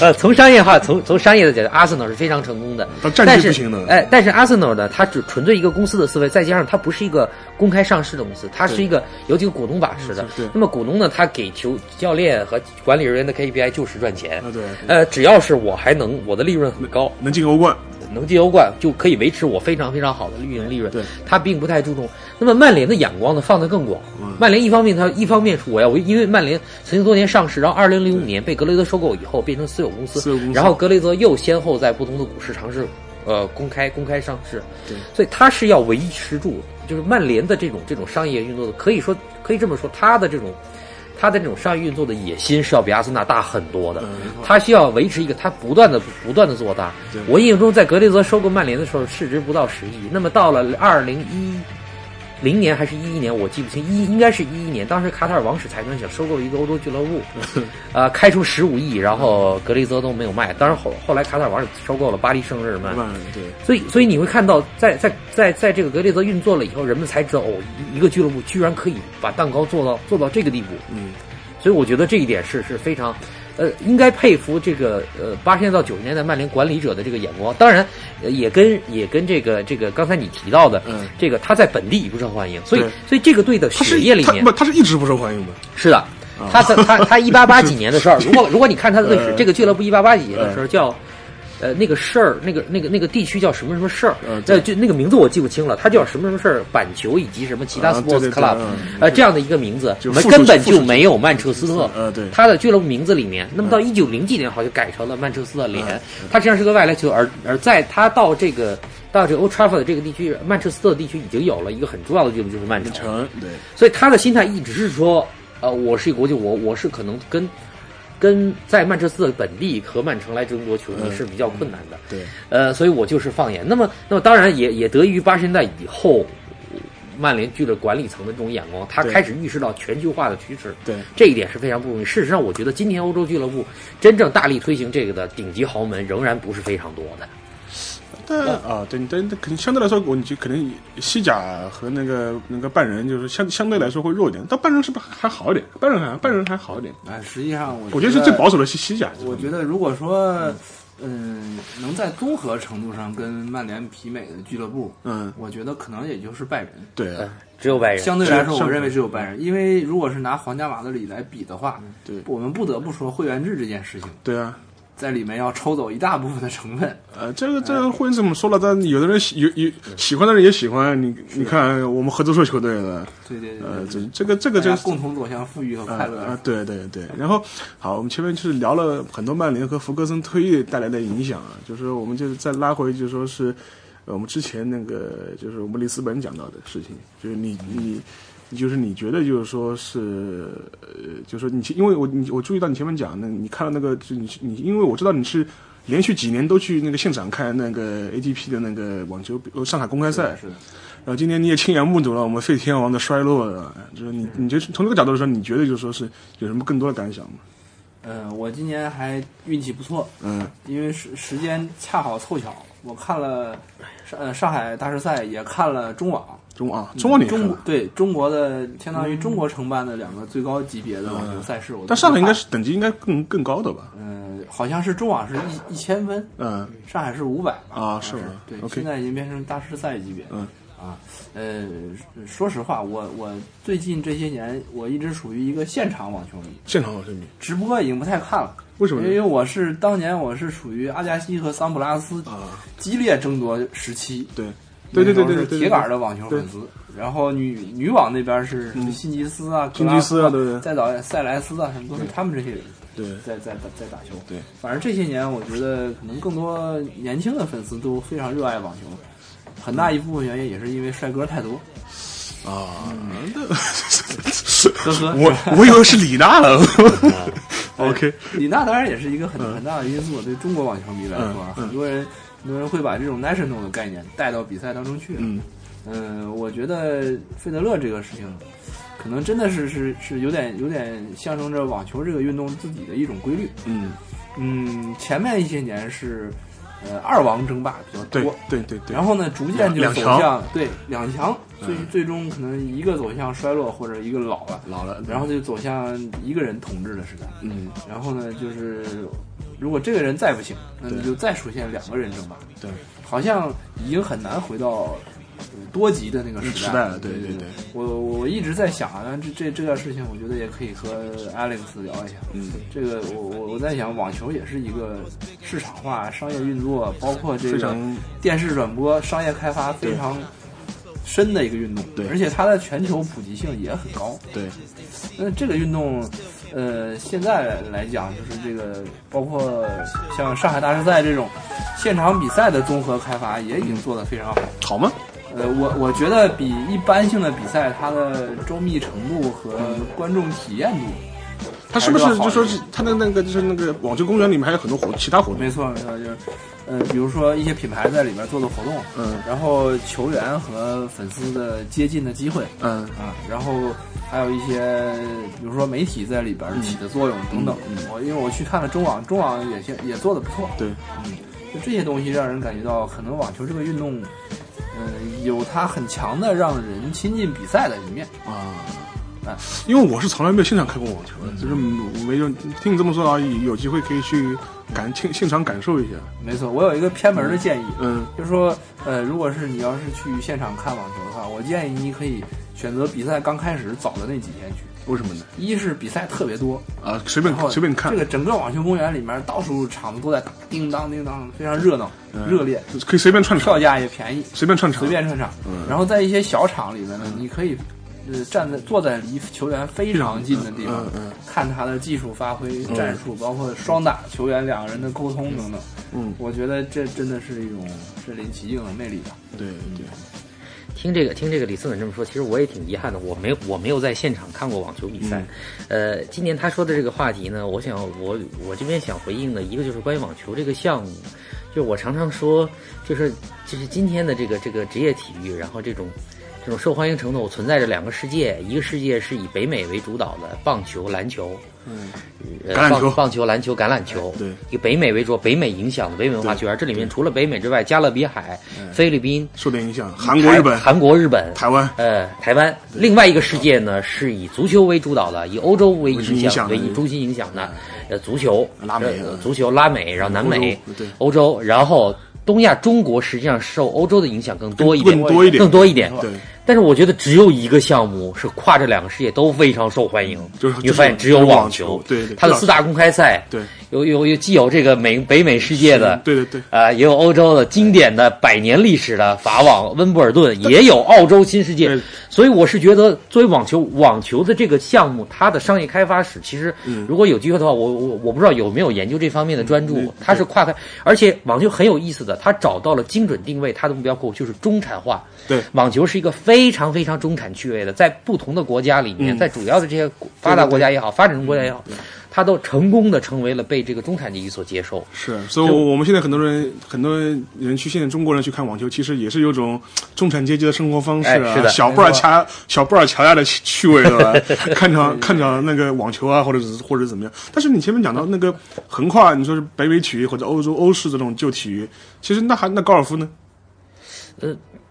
[SPEAKER 4] 呃，从商业化，从从商业的角度，阿森纳是非常成功的，
[SPEAKER 2] 但嗯战绩
[SPEAKER 4] 但是
[SPEAKER 2] 不行的
[SPEAKER 4] 哎，但是阿森纳呢，它只纯粹一个公司的思维，再加上它不是一个公开上市的公司，它是一个有几个股东把持的
[SPEAKER 2] 嗯对对。
[SPEAKER 4] 那么股东呢，他给球教练和管理人员的 KPI 就是赚钱
[SPEAKER 2] 啊，。对，
[SPEAKER 4] 呃，只要是我还能我的利润很高，
[SPEAKER 2] (laughs) 能进欧冠，
[SPEAKER 4] 能进欧冠就可以维持我非常非常好的运营利润。
[SPEAKER 2] 对，
[SPEAKER 4] 他并不太注重。那么曼联的眼光呢，放得更广。
[SPEAKER 2] 嗯
[SPEAKER 4] 曼联一方面，它一方面是我要，因为曼联曾经多年上市，然后二零零五年被格雷泽收购以后变成私有公司，
[SPEAKER 2] 私有公司
[SPEAKER 4] 然后格雷泽又先后在不同的股市尝试，呃，公开公开上市。
[SPEAKER 2] 对，
[SPEAKER 4] 所以它是要维持住，就是曼联的这种这种商业运作的，可以说可以这么说，它的这种。它的这种商业运作的野心是要比阿森纳大很多
[SPEAKER 2] 嗯
[SPEAKER 4] 的，它需要维持一个，它不断的不断的做大。我印象中，在格雷泽收购曼联的时候，市值不到十亿，那么到了二零一零年还是一一年，我记不清，一应该是一一年。当时卡塔尔王室财团想收购一个欧洲俱乐部，呃，开出十五亿，然后格雷泽都没有卖。当然后后来卡塔尔王室收购了巴黎圣日耳曼，
[SPEAKER 2] 曼对
[SPEAKER 4] 所以所以你会看到，在在在在这个格雷泽运作了以后，人们才知道哦，一一个俱乐部居然可以把蛋糕做到做到这个地步。
[SPEAKER 2] 嗯，
[SPEAKER 4] 所以我觉得这一点是是非常，呃，应该佩服这个呃八十年代到九十年代曼联管理者的这个眼光。当然，呃也跟也跟这个这个刚才你提到的，
[SPEAKER 2] 嗯
[SPEAKER 4] 这个他在本地不受欢迎，所以
[SPEAKER 2] 对
[SPEAKER 4] 所以这个队的
[SPEAKER 2] 他是
[SPEAKER 4] 血液里
[SPEAKER 2] 他
[SPEAKER 4] 面
[SPEAKER 2] 不他是一直不受欢迎的，
[SPEAKER 4] 是的，
[SPEAKER 2] 嗯 (laughs) 嗯
[SPEAKER 4] 他在他他一八八几年的时候，如果如果你看他的历史，这个俱乐部一八八几年的时候叫呃，那个事儿，那个那个那个地区叫什么什么事儿，
[SPEAKER 2] 呃对
[SPEAKER 4] 呃，就那个名字我记不清了，它叫什么什么事儿，板球以及什么其他
[SPEAKER 2] 啊对
[SPEAKER 4] sports
[SPEAKER 2] 对对
[SPEAKER 4] club，
[SPEAKER 2] 嗯
[SPEAKER 4] 呃，这样的一个名字，
[SPEAKER 2] 就
[SPEAKER 4] 我们
[SPEAKER 2] 附属
[SPEAKER 4] 根本
[SPEAKER 2] 附属
[SPEAKER 4] 就没有曼彻斯特，
[SPEAKER 2] 呃对嗯
[SPEAKER 4] 他的俱乐部名字里面，那么到一九零几年好像就改成了曼彻斯特联，他实际上是个外来球，而而在他到这个到这个 Old Trafford 这个地区，曼彻斯特地区已经有了一个很重要的俱乐部就是曼城，
[SPEAKER 2] 成对
[SPEAKER 4] 所以他的心态一直是说，呃，我是一个国际，我我是可能跟跟在曼彻斯特本地和曼城来争夺球迷
[SPEAKER 2] 嗯
[SPEAKER 4] 是比较困难的，
[SPEAKER 2] 对，
[SPEAKER 4] 呃，所以我就是放眼。那么，那么当然也也得益于八十年代以后，曼联俱乐管理层的这种眼光，他
[SPEAKER 2] 对
[SPEAKER 4] 开始意识到全球化的趋势。
[SPEAKER 2] 对
[SPEAKER 4] 这一点是非常不容易。事实上，我觉得今天欧洲俱乐部真正大力推行这个的顶级豪门仍然不是非常多的。
[SPEAKER 2] 但啊，对，但但可能相对来说，我就可能西甲和那个那个拜仁就是相相对来说会弱一点，但拜仁是不是还好一点？拜仁还拜仁还好一点，
[SPEAKER 3] 哎，实际上我
[SPEAKER 2] 我觉得是最保守的西西甲。
[SPEAKER 3] 我觉得如果说，嗯，能在综合程度上跟曼联媲美的俱乐部，
[SPEAKER 2] 嗯，
[SPEAKER 3] 我觉得可能也就是拜仁。
[SPEAKER 2] 对
[SPEAKER 4] 呃
[SPEAKER 2] 啊，
[SPEAKER 4] 只有拜仁。
[SPEAKER 3] 相对来说，
[SPEAKER 2] 上嗯
[SPEAKER 3] 我认为只有拜仁，因为如果是拿皇家马德里来比的话，
[SPEAKER 2] 对
[SPEAKER 3] 我们不得不说会员制这件事情
[SPEAKER 2] 对啊。
[SPEAKER 3] 在里面要抽走一大部分的成分。
[SPEAKER 2] 呃，这个这个会怎么说了？但有的人喜有有喜欢的人也喜欢你。你看，我们合作社球队的，
[SPEAKER 3] 对对对，
[SPEAKER 2] 呃，
[SPEAKER 3] 对
[SPEAKER 2] 这这个这个
[SPEAKER 3] 大
[SPEAKER 2] 就
[SPEAKER 3] 家
[SPEAKER 2] 是
[SPEAKER 3] 共同走向富裕和快乐。
[SPEAKER 2] 啊、对对对。然后，好，我们前面就是聊了很多曼联和福格森退役带来的影响啊，就是我们就是再拉回，就说是呃我们之前那个，就是我们里斯本讲到的事情，就是你你。就是你觉得，就是说是，呃，就是说你其，因为我你我注意到你前面讲，那你看到那个，就你你，因为我知道你是连续几年都去那个现场看那个 ATP 的那个网球比呃上海公开赛，
[SPEAKER 3] 是的，
[SPEAKER 2] 然后今天你也亲眼目睹了我们废天王的衰落了，就是你，你觉得从这个角度说，你觉得就是说是有什么更多的感想吗？
[SPEAKER 3] 呃，我今年还运气不错，
[SPEAKER 2] 嗯
[SPEAKER 3] 因为时时间恰好凑巧，我看了上呃上海大师赛，也看了中网。
[SPEAKER 2] 中啊，中网你也看
[SPEAKER 3] 嗯中国
[SPEAKER 2] 了，嗯
[SPEAKER 3] 对中国的相当于中国承办的两个最高级别的网球赛事，我都
[SPEAKER 2] 但上海应该
[SPEAKER 3] 看
[SPEAKER 2] 是等级应该更更高的吧？
[SPEAKER 3] 嗯，好像是中网是一一千分，
[SPEAKER 2] 嗯
[SPEAKER 3] 上海是五百
[SPEAKER 2] 啊
[SPEAKER 3] 是
[SPEAKER 2] 是吗
[SPEAKER 3] 对
[SPEAKER 2] OK
[SPEAKER 3] 现在已经变成大师赛级别。
[SPEAKER 2] 嗯
[SPEAKER 3] 啊，呃，说实话，我我最近这些年我一直属于一个现场网球迷，
[SPEAKER 2] 现场好像比
[SPEAKER 3] 直播已经不太看了。
[SPEAKER 2] 为什么呢
[SPEAKER 3] 因为我是当年我是属于阿加西和桑普拉斯
[SPEAKER 2] 啊，
[SPEAKER 3] 激烈争夺时期，
[SPEAKER 2] 对对对对对
[SPEAKER 3] 那时
[SPEAKER 2] 对
[SPEAKER 3] 候是
[SPEAKER 2] 对，
[SPEAKER 3] 铁杆的
[SPEAKER 2] 对
[SPEAKER 3] 网球粉丝。然后女女网那边是
[SPEAKER 2] 嗯
[SPEAKER 3] 辛吉斯啊、
[SPEAKER 2] 辛吉斯啊
[SPEAKER 3] 格
[SPEAKER 2] 对
[SPEAKER 3] 拉夫
[SPEAKER 2] 对
[SPEAKER 3] 再早塞莱斯啊，什么都是他们这些人
[SPEAKER 2] 对
[SPEAKER 3] 在在打在打球。
[SPEAKER 2] 对，
[SPEAKER 3] 反正这些年我觉得可能更多年轻的粉丝都非常热爱网球，很大一部分原因也是因为帅哥太多。
[SPEAKER 2] 啊， (laughs) 那
[SPEAKER 3] 呵
[SPEAKER 2] 我我以为是李娜了，OK，嗯
[SPEAKER 3] 李娜哎当然也是一个很很大的因素，对中国网球迷来说啊，
[SPEAKER 2] 嗯嗯
[SPEAKER 3] 很多人很多人会把这种 national 的概念带到比赛当中去。啊
[SPEAKER 2] 嗯，
[SPEAKER 3] 嗯，我觉得费德勒这个事情，可能真的是是是有点有点象征着网球这个运动自己的一种规律。
[SPEAKER 2] 嗯，
[SPEAKER 3] 嗯，前面一些年是呃二王争霸比较
[SPEAKER 2] 对
[SPEAKER 3] 多，
[SPEAKER 2] 对对对
[SPEAKER 3] 然，后呢逐渐就
[SPEAKER 2] 两
[SPEAKER 3] 走
[SPEAKER 2] 强嗯
[SPEAKER 3] 向对两强，最、最终可能一个走向衰落或者一个老了，
[SPEAKER 2] 老了，
[SPEAKER 3] 然后就走向一个人统治的时代。
[SPEAKER 2] 嗯，
[SPEAKER 3] 然后呢，就是如果这个人再不行，那你
[SPEAKER 2] 对
[SPEAKER 3] 就再出现两个人争霸，
[SPEAKER 2] 对，
[SPEAKER 3] 好像已经很难回到呃多级的那个时
[SPEAKER 2] 嗯时代
[SPEAKER 3] 了。
[SPEAKER 2] 了对
[SPEAKER 3] 对
[SPEAKER 2] 对对
[SPEAKER 3] 我我我一直在想啊，这这这件事情，我觉得也可以和 Alex 聊一下。
[SPEAKER 2] 嗯，
[SPEAKER 3] 这个我我我在想，网球也是一个市场化、商业运作，包括这
[SPEAKER 2] 非
[SPEAKER 3] 个
[SPEAKER 2] 常
[SPEAKER 3] 电视转播、商业开发非常深的一个运动，
[SPEAKER 2] 对
[SPEAKER 3] 而且它的全球普及性也很高。
[SPEAKER 2] 对，
[SPEAKER 3] 那这个运动，呃，现在来讲，就是这个包括像上海大师赛这种现场比赛的综合开发，也已经做得非常好。
[SPEAKER 2] 好吗？
[SPEAKER 3] 呃，我我觉得比一般性的比赛，它的周密程度和观众体验度，
[SPEAKER 2] 他是不是就说是他的那个就是那个网球公园里面还有很多活其他活动
[SPEAKER 3] 没？错没错，就是。呃，比如说一些品牌在里边做做活动，
[SPEAKER 2] 嗯
[SPEAKER 3] 然后球员和粉丝的接近的机会，
[SPEAKER 2] 嗯
[SPEAKER 3] 啊，然后还有一些，比如说媒体在里边儿起的作用等等。我因为我去看了中网，中网也现也做的不错。
[SPEAKER 2] 嗯对，
[SPEAKER 3] 嗯，就这些东西让人感觉到，可能网球这个运动，嗯、有它很强的让人亲近比赛的一面。
[SPEAKER 2] 啊
[SPEAKER 3] 哎，
[SPEAKER 2] 因为我是从来没有现场看过网球的，就是没有听你这么说啊，有机会可以去感现现场感受一下。
[SPEAKER 3] 没错，我有一个偏门的建议，
[SPEAKER 2] 嗯，
[SPEAKER 3] 就是说，呃，如果是你要是去现场看网球的话，我建议你可以选择比赛刚开始早的那几天去。
[SPEAKER 2] 为什么呢？
[SPEAKER 3] 一是比赛特别多，
[SPEAKER 2] 啊，随便
[SPEAKER 3] 然后
[SPEAKER 2] 随便看
[SPEAKER 3] 这，个整个网球公园里面到处场子都在打，叮当叮当，非常热闹、热烈，
[SPEAKER 2] 可以随便串场
[SPEAKER 3] 票，价也便宜，
[SPEAKER 2] 随便串场，
[SPEAKER 3] 随便串场。
[SPEAKER 2] 嗯
[SPEAKER 3] 然后在一些小场里面呢，你可以呃站在坐在离球员非常近的地方
[SPEAKER 2] 嗯，嗯
[SPEAKER 3] 看他的技术发挥、战术，包括双打球员两个人的沟通等等。
[SPEAKER 2] 嗯，
[SPEAKER 3] 我觉得这真的是一种身临其境的魅力吧。
[SPEAKER 2] 对对，
[SPEAKER 4] 听这个听这个李思稳这么说，其实我也挺遗憾的，我没我没有在现场看过网球比赛。呃，今年他说的这个话题呢，我想我我这边想回应的一个就是关于网球这个项目，就我常常说，就是就是今天的这个这个职业体育，然后这种。这种受欢迎程度存在着两个世界，一个世界是以北美为主导的棒球、篮球，
[SPEAKER 3] 嗯，
[SPEAKER 4] 呃
[SPEAKER 2] 橄榄球
[SPEAKER 4] 棒棒球、篮球、橄榄球，
[SPEAKER 2] 对
[SPEAKER 4] 以北美为主，北美影响的北美文化圈。这里面除了北美之外，加勒比海、菲律宾、
[SPEAKER 2] 受点影响，韩国、日本、
[SPEAKER 4] 韩国、日本、
[SPEAKER 2] 台湾，
[SPEAKER 4] 呃，台湾。另外一个世界呢，是以足球为主导的，以欧洲为
[SPEAKER 2] 为影
[SPEAKER 4] 影
[SPEAKER 2] 响
[SPEAKER 4] 为
[SPEAKER 2] 的嗯
[SPEAKER 4] 以中心影响的，呃，足球、
[SPEAKER 2] 拉美
[SPEAKER 4] 呃
[SPEAKER 2] 嗯
[SPEAKER 4] 足球、拉美，然后南美
[SPEAKER 2] 欧洲对、
[SPEAKER 4] 欧洲，然后东亚、中国实际上受欧洲的影响更多一点，
[SPEAKER 2] 更多一点
[SPEAKER 4] 更多一点。
[SPEAKER 2] 对，
[SPEAKER 4] 但是我觉得只有一个项目是跨这两个世界都非常受欢迎，
[SPEAKER 2] 嗯就是
[SPEAKER 4] 你会发现
[SPEAKER 2] 就是
[SPEAKER 4] 只有
[SPEAKER 2] 就是
[SPEAKER 4] 网
[SPEAKER 2] 网球对对
[SPEAKER 4] 它
[SPEAKER 2] 这
[SPEAKER 4] 的
[SPEAKER 2] 倒是
[SPEAKER 4] 四大公开赛，
[SPEAKER 2] 对
[SPEAKER 4] 有有有既有这个美北美世界的，
[SPEAKER 2] 对对对，
[SPEAKER 4] 啊，也有欧洲的经典的百年历史的法网、温布尔顿，也有澳洲新世界
[SPEAKER 2] 对。
[SPEAKER 4] 所以我是觉得，作为网球，网球的这个项目，它的商业开发史，其实
[SPEAKER 2] 嗯
[SPEAKER 4] 如果有机会的话，我我我不知道有没有研究这方面的专注。它是跨开，而且网球很有意思的，它找到了精准定位，它的目标客户就是中产化。
[SPEAKER 2] 对
[SPEAKER 4] 网球是一个非常非常中产趣味的，在不同的国家里面，
[SPEAKER 2] 嗯
[SPEAKER 4] 在主要的这些国发达国家也好，发展中国家也好，它都成功的成为了被这个中产阶级所接受。
[SPEAKER 2] 是，所以我我们现在很多人很多人去现在中国人去看网球，其实也是有种中产阶级的生活方式
[SPEAKER 4] 哎是
[SPEAKER 2] 啊，
[SPEAKER 4] 的
[SPEAKER 2] 小布尔乔小布尔乔亚的趣趣味对
[SPEAKER 4] (laughs)
[SPEAKER 2] 吧？看场看场那个网球啊，或者是或者怎么样。但是你前面讲到那个横跨，你说是北美体育或者欧洲欧式的这种旧体育，其实那还那高尔夫呢？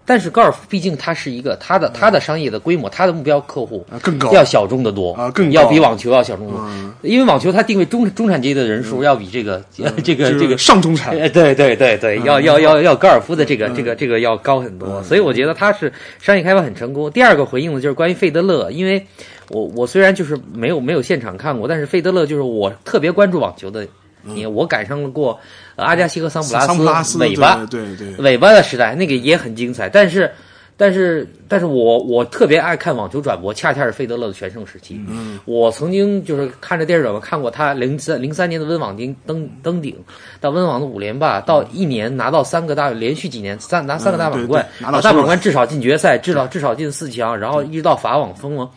[SPEAKER 4] 但是高尔夫毕竟它是一个它的它的商业的规模，它的目标客户
[SPEAKER 2] 嗯啊更高
[SPEAKER 4] 要小众的多
[SPEAKER 2] 啊更高嗯
[SPEAKER 4] 要比网球要小众的多，因为网球它定位中中产阶级的人数要比这个 (laughs) 这个
[SPEAKER 2] 就是
[SPEAKER 4] 这个
[SPEAKER 2] 上嗯中产，
[SPEAKER 4] 呃，对对对对，要要要要高尔夫的这个这个这个要高很
[SPEAKER 2] 嗯
[SPEAKER 4] 多，所以我觉得他是商业开发很成功。第二个回应的就是关于费德勒，因为我我虽然就是没有没有现场看过，但是费德勒就是我特别关注网球的，也我赶上了过呃阿加西和桑普拉
[SPEAKER 2] 嗯桑普拉斯
[SPEAKER 4] 尾巴，
[SPEAKER 2] 对对对，
[SPEAKER 4] 尾巴的时代，那个也很精彩。但是，但是，但是我我特别爱看网球转播，恰恰是费德勒的全盛时期。嗯，我曾经就是看着电视转播看过他零三零三年的温网登登登顶，到温网的五连霸，到一年拿到三个大连续几年三拿三个大满贯
[SPEAKER 2] 嗯，对对拿到
[SPEAKER 4] 大满
[SPEAKER 2] 输了
[SPEAKER 4] 贯至少进决赛，至少至少进四强，然后一直到法网封王。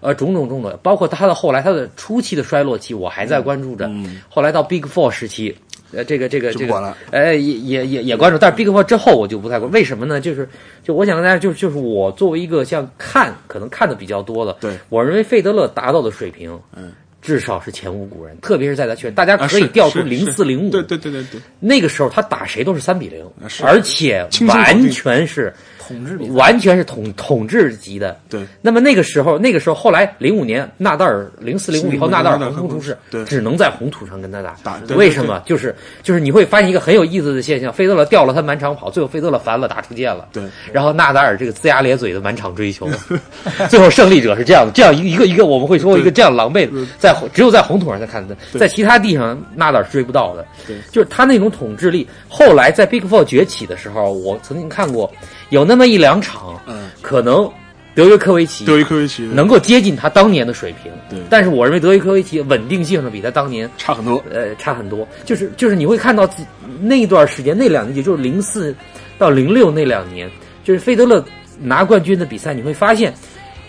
[SPEAKER 4] 呃，种种种种，包括他的后来他的初期的衰落期，我还
[SPEAKER 2] 嗯
[SPEAKER 4] 在关注着。后来到 Big Four 时期，呃，这个这个
[SPEAKER 2] 就
[SPEAKER 4] 这
[SPEAKER 2] 不管
[SPEAKER 4] 个
[SPEAKER 2] 了，
[SPEAKER 4] 呃，也也也也关注，但是 Big Four 之后我就不太关注，为什么呢？就是就我想跟大家，就是就是我作为一个像看可能看的比较多的，
[SPEAKER 2] 对
[SPEAKER 4] 我认为费德勒达到的水平，
[SPEAKER 2] 嗯。
[SPEAKER 4] 至少是前无古人，特别是在他圈，大家
[SPEAKER 2] 啊
[SPEAKER 4] 可以
[SPEAKER 2] 是
[SPEAKER 4] 调出
[SPEAKER 2] 是
[SPEAKER 4] 零
[SPEAKER 2] 是
[SPEAKER 4] 四零五，
[SPEAKER 2] 对对对对对，
[SPEAKER 4] 那个时候他打谁都是三比零
[SPEAKER 2] 啊，是
[SPEAKER 4] 而且
[SPEAKER 2] 轻松搞定
[SPEAKER 4] 完全是
[SPEAKER 3] 统治比赛
[SPEAKER 4] 完全是统统治级的。
[SPEAKER 2] 对
[SPEAKER 4] 那么那个时候，那个时候后来零五年纳达尔零四零五以后，
[SPEAKER 2] 05
[SPEAKER 4] 纳达尔
[SPEAKER 2] 纳达尔
[SPEAKER 4] 横空出世
[SPEAKER 2] 对，
[SPEAKER 4] 只能在红土上跟他打。
[SPEAKER 2] 打对
[SPEAKER 4] 为什么？就是就是你会发现一个很有意思的现象：费德勒掉了他满场跑，最后费德勒烦了打出界了。
[SPEAKER 2] 对
[SPEAKER 4] 然后纳达尔这个龇牙咧嘴的满场追求， (laughs) 最后胜利者是这样的，这样一个一个一个我们会说一个这样狼狈的，在红只有在红土上才看得到，在其他地上纳达尔是追不到的。
[SPEAKER 2] 对
[SPEAKER 4] 就是他那种统治力。后来在 Big Four 崛起的时候，我曾经看过有那么一两场，
[SPEAKER 2] 嗯，
[SPEAKER 4] 可能德约科维奇
[SPEAKER 2] 德约科维奇
[SPEAKER 4] 能够接近他当年的水平，
[SPEAKER 2] 对
[SPEAKER 4] 但是我认为德约科维奇稳定性上比他当年
[SPEAKER 2] 差很多，
[SPEAKER 4] 呃差很多，就是就是你会看到自己那一段时间那两年，也就是零四到零六那两年，就是费德勒拿冠军的比赛，你会发现，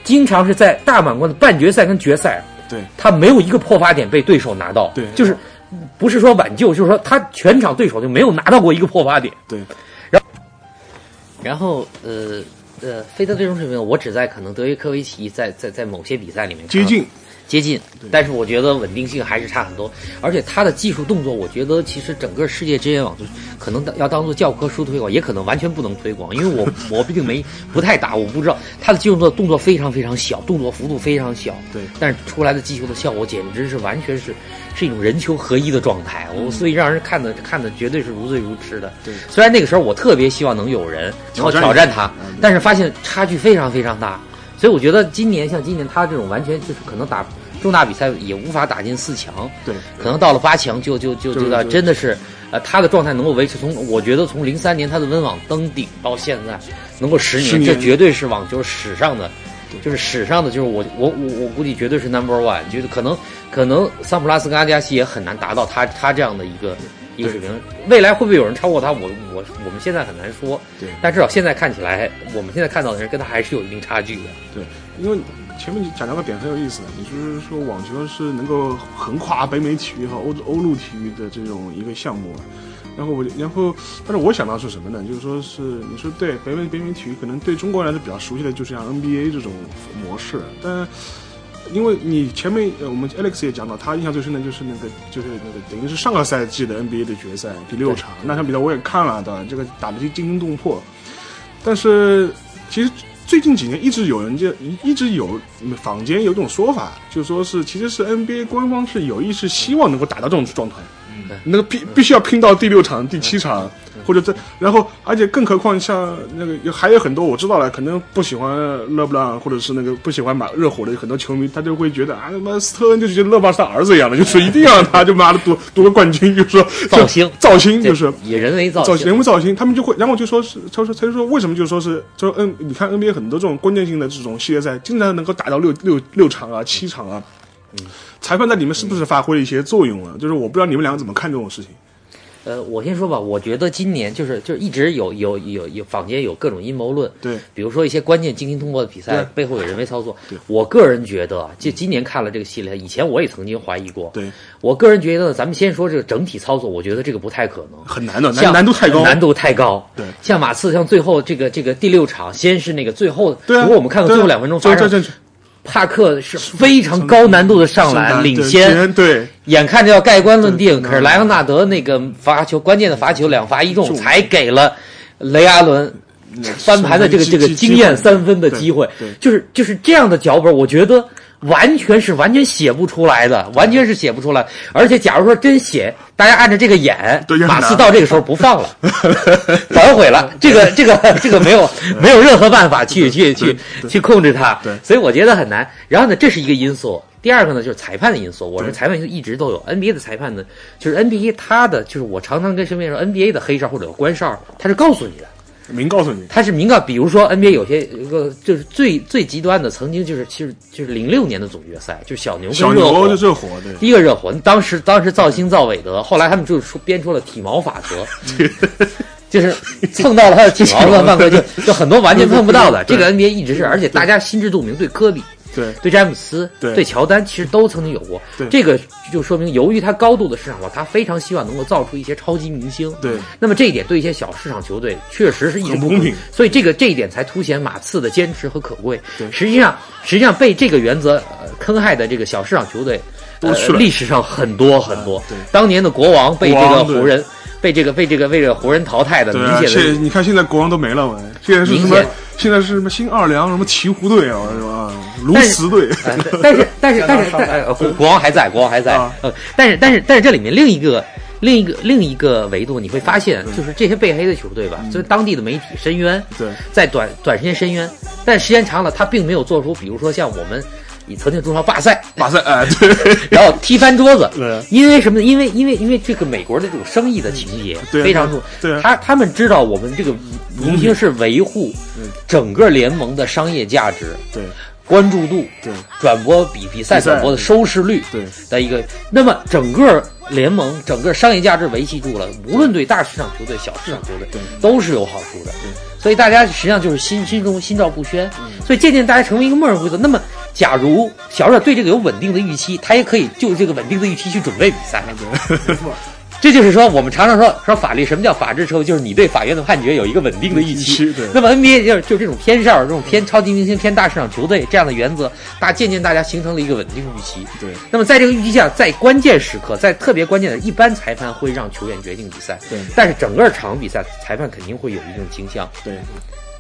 [SPEAKER 4] 经常是在大满贯的半决赛跟决赛，
[SPEAKER 2] 对
[SPEAKER 4] 他没有一个破发点被对手拿到，
[SPEAKER 2] 对
[SPEAKER 4] 就是不是说挽救，就是说他全场对手就没有拿到过一个破发点。
[SPEAKER 2] 对，
[SPEAKER 4] 然后呃呃，费德勒这种水平，我只在可能德约科维奇在在在某些比赛里面看
[SPEAKER 2] 接
[SPEAKER 4] 到
[SPEAKER 2] 近
[SPEAKER 4] 接近，但是我觉得稳定性还是差很多。而且他的技术动作，我觉得其实整个世界职业网球可能要当做教科书推广，也可能完全不能推广，因为我 (laughs) 我毕竟没不太打，我不知道他的技术动作动作非常非常小，动作幅度非常小，
[SPEAKER 2] 对
[SPEAKER 4] 但是出来的击球的效果简直是完全是是一种人球合一的状态，我所以让人看的看的绝对是如醉如痴的。
[SPEAKER 2] 嗯对
[SPEAKER 4] 虽然那个时候我特别希望能有人然后
[SPEAKER 2] 挑战一下
[SPEAKER 4] 挑战他
[SPEAKER 2] 嗯，
[SPEAKER 4] 但是发现差距非常非常大。所以我觉得今年像今年他这种完全就是可能打重大比赛也无法打进四强，
[SPEAKER 2] 对，
[SPEAKER 4] 可能到了八强就就就
[SPEAKER 2] 对
[SPEAKER 4] 就到
[SPEAKER 2] 对
[SPEAKER 4] 真的是，呃，他的状态能够维持从我觉得从零三年他的温网登顶到现在能够十
[SPEAKER 2] 十
[SPEAKER 4] 年，
[SPEAKER 2] 年
[SPEAKER 4] 这绝对是网球史上的，就是史上的就是我我我我估计绝对是 number one，就是可能可能桑普拉斯跟阿加西也很难达到他他这样的一个。一个水平，未来会不会有人超过他？我我我们现在很难说，
[SPEAKER 2] 对
[SPEAKER 4] 但至少现在看起来，我们现在看到的人跟他还是有一定差距的。
[SPEAKER 2] 对，因为前面你讲到个点很有意思的，你就是说网球是能够横跨北美体育和欧欧陆体育的这种一个项目啊。然后我，然后，但是我想到是什么呢？就是说是你说对北美北美体育，可能对中国人来说比较熟悉的就是像 NBA 这种模式，但因为你前面呃我们 Alex 也讲到，他印象最深的就是那个就是那个等于是上个赛季的 NBA 的决赛第六场那场比赛我也看了啊的，这个打得惊心动魄。但是其实最近几年一直有人就一直有坊间有一种说法，就说是其实是 NBA 官方是有意是希望能够达到这种状态，
[SPEAKER 4] 嗯
[SPEAKER 2] 那个必必须要拼到第六场、第七场，或者这，然后而且更何况像那个有还有很多我知道了，可能不喜欢勒布朗或者是那个不喜欢马热火的很多球迷，他就会觉得啊他妈斯特恩就觉得勒布朗是他儿子一样的，就是一定要让他就妈的夺夺个冠军，就说
[SPEAKER 4] 造星
[SPEAKER 2] 造星
[SPEAKER 4] 这
[SPEAKER 2] 就是
[SPEAKER 4] 也人为造
[SPEAKER 2] 造
[SPEAKER 4] 型，
[SPEAKER 2] 型人物造型，他们就会，然后就说是，他说他就说为什么就说是，就说 N，你看 NBA 很多这种关键性的这种系列赛，经常能够打到六六六场
[SPEAKER 4] 嗯
[SPEAKER 2] 啊、七场啊，裁判在里面是不是发挥了一些作用啊？就是我不知道你们两个怎么看这种事情。
[SPEAKER 4] 呃，我先说吧，我觉得今年就是就是一直有有有有坊间有各种阴谋论，
[SPEAKER 2] 对，
[SPEAKER 4] 比如说一些关键精心通过的比赛
[SPEAKER 2] 对
[SPEAKER 4] 背后有人为操作
[SPEAKER 2] 对。
[SPEAKER 4] 我个人觉得啊，就今年看了这个系列，以前我也曾经怀疑过。
[SPEAKER 2] 对，
[SPEAKER 4] 我个人觉得，咱们先说这个整体操作，我觉得这个不太可能。
[SPEAKER 2] 很难的，难
[SPEAKER 4] 像
[SPEAKER 2] 难度太高。
[SPEAKER 4] 难度太高。
[SPEAKER 2] 对
[SPEAKER 4] 像马刺，像最后这个这个第六场，先是那个最后，
[SPEAKER 2] 对啊，
[SPEAKER 4] 如果我们看到
[SPEAKER 2] 对啊
[SPEAKER 4] 最后两分钟
[SPEAKER 2] 对
[SPEAKER 4] 发
[SPEAKER 2] 对
[SPEAKER 4] 生，
[SPEAKER 2] 对，
[SPEAKER 4] 帕克是非常高难度的上篮领先，
[SPEAKER 2] 先对
[SPEAKER 4] 眼看着要盖棺论定，
[SPEAKER 2] 对
[SPEAKER 4] 可是莱昂纳德那个罚球关键的罚球两罚一中，
[SPEAKER 2] 中
[SPEAKER 4] 才给了雷阿伦 (laughs) 翻盘的这个
[SPEAKER 2] 机
[SPEAKER 4] 这个
[SPEAKER 2] 机
[SPEAKER 4] 惊艳
[SPEAKER 2] 机会
[SPEAKER 4] 三分的机会
[SPEAKER 2] 对对，
[SPEAKER 4] 就是就是这样的脚本，我觉得完全是完全写不出来的，完全是写不出来。而且假如说真写，大家按照这个演
[SPEAKER 2] 对，也很
[SPEAKER 4] 马
[SPEAKER 2] 难
[SPEAKER 4] 刺到这个时候不
[SPEAKER 2] (laughs)
[SPEAKER 4] 放了，反悔了，这个这个这个没有没有任何办法去去去去控制它
[SPEAKER 2] 对，
[SPEAKER 4] 所以我觉得很难。然后呢，这是一个因素。第二个呢，就是裁判的因素。我们
[SPEAKER 2] 对
[SPEAKER 4] 裁判因素一直都有 NBA 的裁判呢，就是 NBA 他的就是我常常跟身边人说 NBA 的黑哨或者官哨，他是告诉你的，
[SPEAKER 2] 明告诉你，
[SPEAKER 4] 他是明告。比如说 NBA 有些有个就是最最极端的，曾经就是其实就是零六年的总决赛，就是小牛
[SPEAKER 2] 小
[SPEAKER 4] 跟热
[SPEAKER 2] 牛
[SPEAKER 4] 火
[SPEAKER 2] 就是火，对
[SPEAKER 4] 第一个热火，当时当时造星造韦德，后来他们就出编出了体毛法则，
[SPEAKER 2] (laughs)
[SPEAKER 4] 就是蹭到了他的体毛算犯规，就就很多完全碰不到的。这个 NBA 一直是，而且大家心知肚明，对科比、
[SPEAKER 2] 对
[SPEAKER 4] 对詹姆斯、
[SPEAKER 2] 对
[SPEAKER 4] 对乔丹，其实都曾经有过
[SPEAKER 2] 对。
[SPEAKER 4] 这个就说明，由于他高度的市场化，他非常希望能够造出一些超级明星。
[SPEAKER 2] 对
[SPEAKER 4] 那么这一点对一些小市场球队确实是一直
[SPEAKER 2] 很
[SPEAKER 4] 不
[SPEAKER 2] 不公平
[SPEAKER 4] 所以这个这一点才凸显马刺的坚持和可贵。
[SPEAKER 2] 对
[SPEAKER 4] 实际上实际上被这个原则、呃、坑害的这个小市场球队，
[SPEAKER 2] 多去
[SPEAKER 4] 呃、
[SPEAKER 2] 了
[SPEAKER 4] 历史上很多很多。
[SPEAKER 2] 对
[SPEAKER 4] 当年的国王被这
[SPEAKER 2] 国
[SPEAKER 4] 个
[SPEAKER 2] 王对
[SPEAKER 4] 湖人。被这个被这个被这个湖人淘汰的，
[SPEAKER 2] 对
[SPEAKER 4] 明
[SPEAKER 2] 啊！
[SPEAKER 4] 显的
[SPEAKER 2] 现你看现在国王都没了嘛，现在是什
[SPEAKER 4] 明
[SPEAKER 2] 么
[SPEAKER 4] 显？
[SPEAKER 2] 现在是什么新奥尔良什么鹈鹕队啊，是吧？卢
[SPEAKER 4] 但是
[SPEAKER 2] 茨队，
[SPEAKER 4] 呃
[SPEAKER 2] (laughs)
[SPEAKER 4] 但是但是但是但呃国国王还在，国王还在。
[SPEAKER 2] 啊
[SPEAKER 4] 呃，但是但是但是这里面另一个另一个另一个维度，你会发现，就是这些被黑的球队吧，就是当地的媒体深渊，
[SPEAKER 2] 嗯对
[SPEAKER 4] 在短短时间深渊，但时间长了，他并没有做出，比如说像我们。也曾经中超罢赛，
[SPEAKER 2] (laughs) 马赛，哎，对。
[SPEAKER 4] 然后踢翻桌子
[SPEAKER 2] 对，
[SPEAKER 4] 因为什么呢？因为因为因为这个美国的这种生意的情节
[SPEAKER 2] 对啊
[SPEAKER 4] 非常重，
[SPEAKER 2] 对嗯啊
[SPEAKER 4] 他他们知道我们这个明星是维护
[SPEAKER 2] 嗯
[SPEAKER 4] 整个联盟的商业价值，
[SPEAKER 2] 对
[SPEAKER 4] 关注度，
[SPEAKER 2] 对
[SPEAKER 4] 转播比比赛
[SPEAKER 2] 比赛
[SPEAKER 4] 转播的收视率，
[SPEAKER 2] 对
[SPEAKER 4] 的一个。那么整个联盟整个商业价值维系住了，无论对大市场球队、小市场球队
[SPEAKER 2] 对
[SPEAKER 4] 都是有好处的。所以大家实际上就是心心中心照不宣，
[SPEAKER 2] 嗯
[SPEAKER 4] 所以渐渐大家成为一个默认规则。那么，假如小热对这个有稳定的预期，他也可以就这个稳定的预期去准备比赛。这就是说，我们常常说说法律，什么叫法治社会？就是你对法院的判决有一个稳定的预
[SPEAKER 2] 预
[SPEAKER 4] 期
[SPEAKER 2] 期对。
[SPEAKER 4] 那么 NBA 就是就是这种偏哨、这种偏超级明星、偏大市场球队这样的原则，大渐渐大家形成了一个稳定预期。
[SPEAKER 2] 对
[SPEAKER 4] 那么在这个预期下，在关键时刻，在特别关键的，一般裁判会让球员决定比赛。
[SPEAKER 2] 对
[SPEAKER 4] 但是整个场比赛，裁判肯定会有一定倾向。
[SPEAKER 2] 对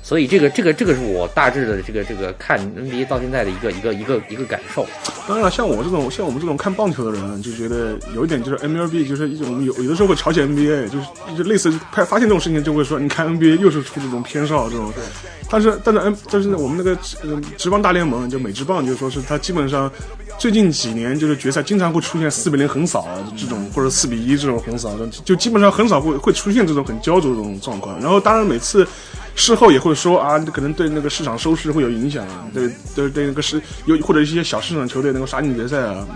[SPEAKER 4] 所以这个这个这个是我大致的这个这个看 NBA 到现在的一个一个一个一个感受。
[SPEAKER 2] 哦当然了，像我这种像我们这种看棒球的人，就觉得有一点就是 MLB 就是一种有有的时候会嘲笑 NBA，就是就类似拍发现这种事情就会说，你看 NBA 又是出这种偏少这种。但是但是 N 但是呢我们那个职呃职棒大联盟就美职棒，就是说是它基本上最近几年就是决赛经常会出现四比零横扫啊这种，或者四比一这种横扫，就基本上很少会会出现这种很焦灼这种状况。然后当然每次。事后也会说啊，可能对那个市场收视会有影响啊，对对对那个市有或者一些小市场球队能够杀进决赛啊，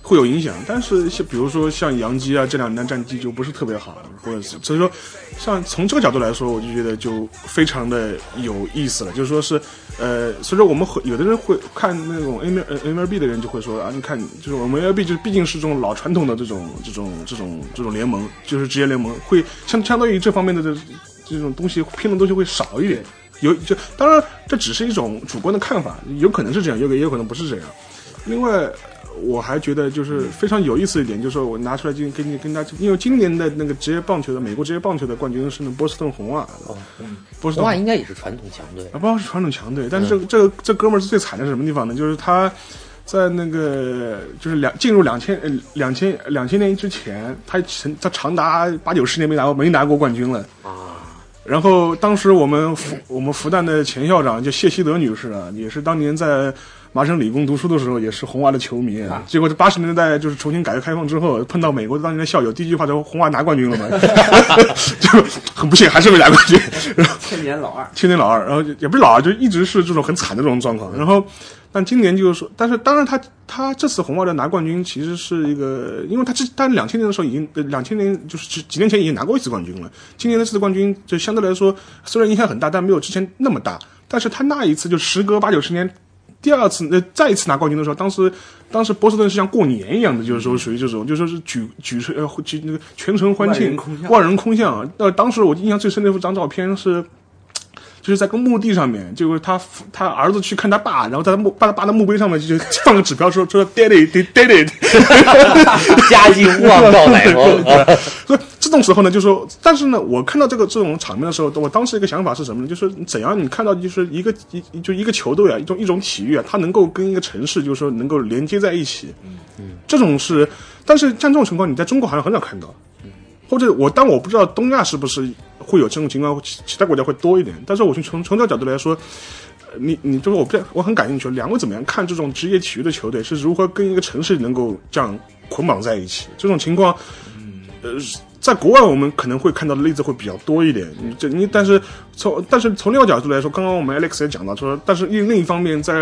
[SPEAKER 2] 会有影响。但是像比如说像杨基啊，这两年战绩就不是特别好，或者是所以说，像从这个角度来说，我就觉得就非常的有意思了。就是说是呃，所以说我们会有的人会看那种 M M L B 的人就会说啊，你看就是我们 M L B 就是毕竟是这种老传统的这种这种这种这种联盟，就是职业联盟会相相当于这方面的这。这种东西偏的东西会少一点，有就当然这只是一种主观的看法，有可能是这样，有也有可能不是这样。另外，我还觉得就是
[SPEAKER 4] 嗯
[SPEAKER 2] 非常有意思一点，就是我拿出来今跟你跟大家，因为今年的那个职业棒球的美国职业棒球的冠军是那波士顿红袜，
[SPEAKER 4] 哦，嗯
[SPEAKER 2] 波士顿
[SPEAKER 4] 红袜应该也是传统强队，
[SPEAKER 2] (laughs) 啊，不知道是传统强队，但是这个、这个这哥们儿是最惨的是什么地方呢？就是他在那个就是两进入两千呃两千两千年之前，他曾他长达八九十年没拿过没拿过冠军了
[SPEAKER 4] 啊。
[SPEAKER 2] 然后当时我们复我们复旦的前校长就谢希德女士啊，也是当年在麻省理工读书的时候，也是红袜的球迷啊。结果这八十年代就是重新改革开放之后，碰到美国当年的校友，第一句话就红袜拿冠军了嘛， (laughs) 就很不幸还是没拿冠军。然后
[SPEAKER 3] 千年老二，
[SPEAKER 2] 青年老二，然后也不是老二，就一直是这种很惨的这种状况。然后，但今年就是说，但是当然他他这次红袜的拿冠军其实是一个，因为他之他两千年的时候已经，呃两千年就是几几年前已经拿过一次冠军了。今年的这次冠军就相对来说虽然影响很大，但没有之前那么大。但是他那一次就时隔八九十年。第二次，呃，再一次拿冠军的时候，当时，当时波士顿是像过年一样的，就是说属于这种，就是说是举举呃举那个全城欢庆，
[SPEAKER 3] 万人空巷
[SPEAKER 2] 万人空巷啊。呃，当时我印象最深的一张照片是，就是在个墓地上面，就是他父他儿子去看他爸，然后在他墓把他爸的墓碑上面就放个纸条说说 daddy daddy，
[SPEAKER 4] 家境望到来
[SPEAKER 2] (laughs)
[SPEAKER 4] 风啊
[SPEAKER 2] 所以这种时候呢，就说，但是呢，我看到这个这种场面的时候，我当时一个想法是什么呢？就是怎样你看到就是一个一一就一个球队啊，一种一种体育啊，它能够跟一个城市就是说能够连接在一起，嗯嗯，这种是，但是像这种情况，你在中国好像很少看到，或者我当我不知道东亚是不是会有这种情况，其其他国家会多一点，但是我就从从这个角度来说。呃你你就是我不太我很感兴趣，两位怎么样看这种职业体育的球队是如何跟一个城市能够这样捆绑在一起？这种情况，呃在国外我们可能会看到的例子会比较多一点，你这你但是从但是从另一个角度来说，刚刚我们 Alex 也讲到说，但是另另一方面，在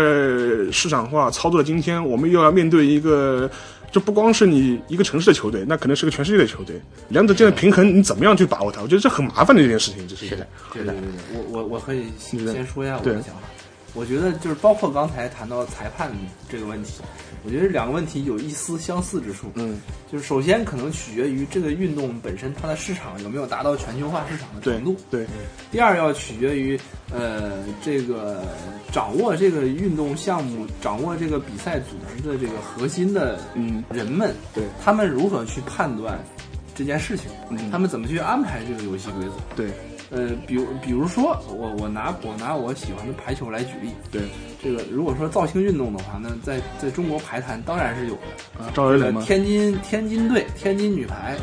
[SPEAKER 2] 市场化操作的今天，我们又要面对一个，就不光是你一个城市的球队，那可能是个全世界的球队，两者间的平衡你怎么样去把握它？我觉得这很麻烦的一件事情，这是一
[SPEAKER 4] 是
[SPEAKER 2] 个
[SPEAKER 4] 的。
[SPEAKER 3] 对对对对，我我我可以先
[SPEAKER 2] 你的
[SPEAKER 3] 先说一下我
[SPEAKER 2] 对
[SPEAKER 3] 的想法。我觉得就是包括刚才谈到裁判这个问题，我觉得两个问题有一丝相似之处。
[SPEAKER 2] 嗯，
[SPEAKER 3] 就是首先可能取决于这个运动本身它的市场有没有达到全球化市场的
[SPEAKER 2] 对
[SPEAKER 3] 程度。
[SPEAKER 2] 对
[SPEAKER 3] 第二要取决于呃这个掌握这个运动项目、掌握这个比赛组织的这个核心的
[SPEAKER 2] 嗯
[SPEAKER 3] 人们，
[SPEAKER 2] 对
[SPEAKER 3] 他们如何去判断这件事情，
[SPEAKER 2] 嗯
[SPEAKER 3] 他们怎么去安排这个游戏规则。
[SPEAKER 2] 对
[SPEAKER 3] 呃，比如比如说我我拿我拿我喜欢的排球来举例，
[SPEAKER 2] 对
[SPEAKER 3] 这个如果说造型运动的话，那在在中国排坛当然是有的。
[SPEAKER 2] 啊，赵雷
[SPEAKER 3] 这
[SPEAKER 2] 雷
[SPEAKER 3] 个
[SPEAKER 2] 吗？
[SPEAKER 3] 天津天津队，天津女排，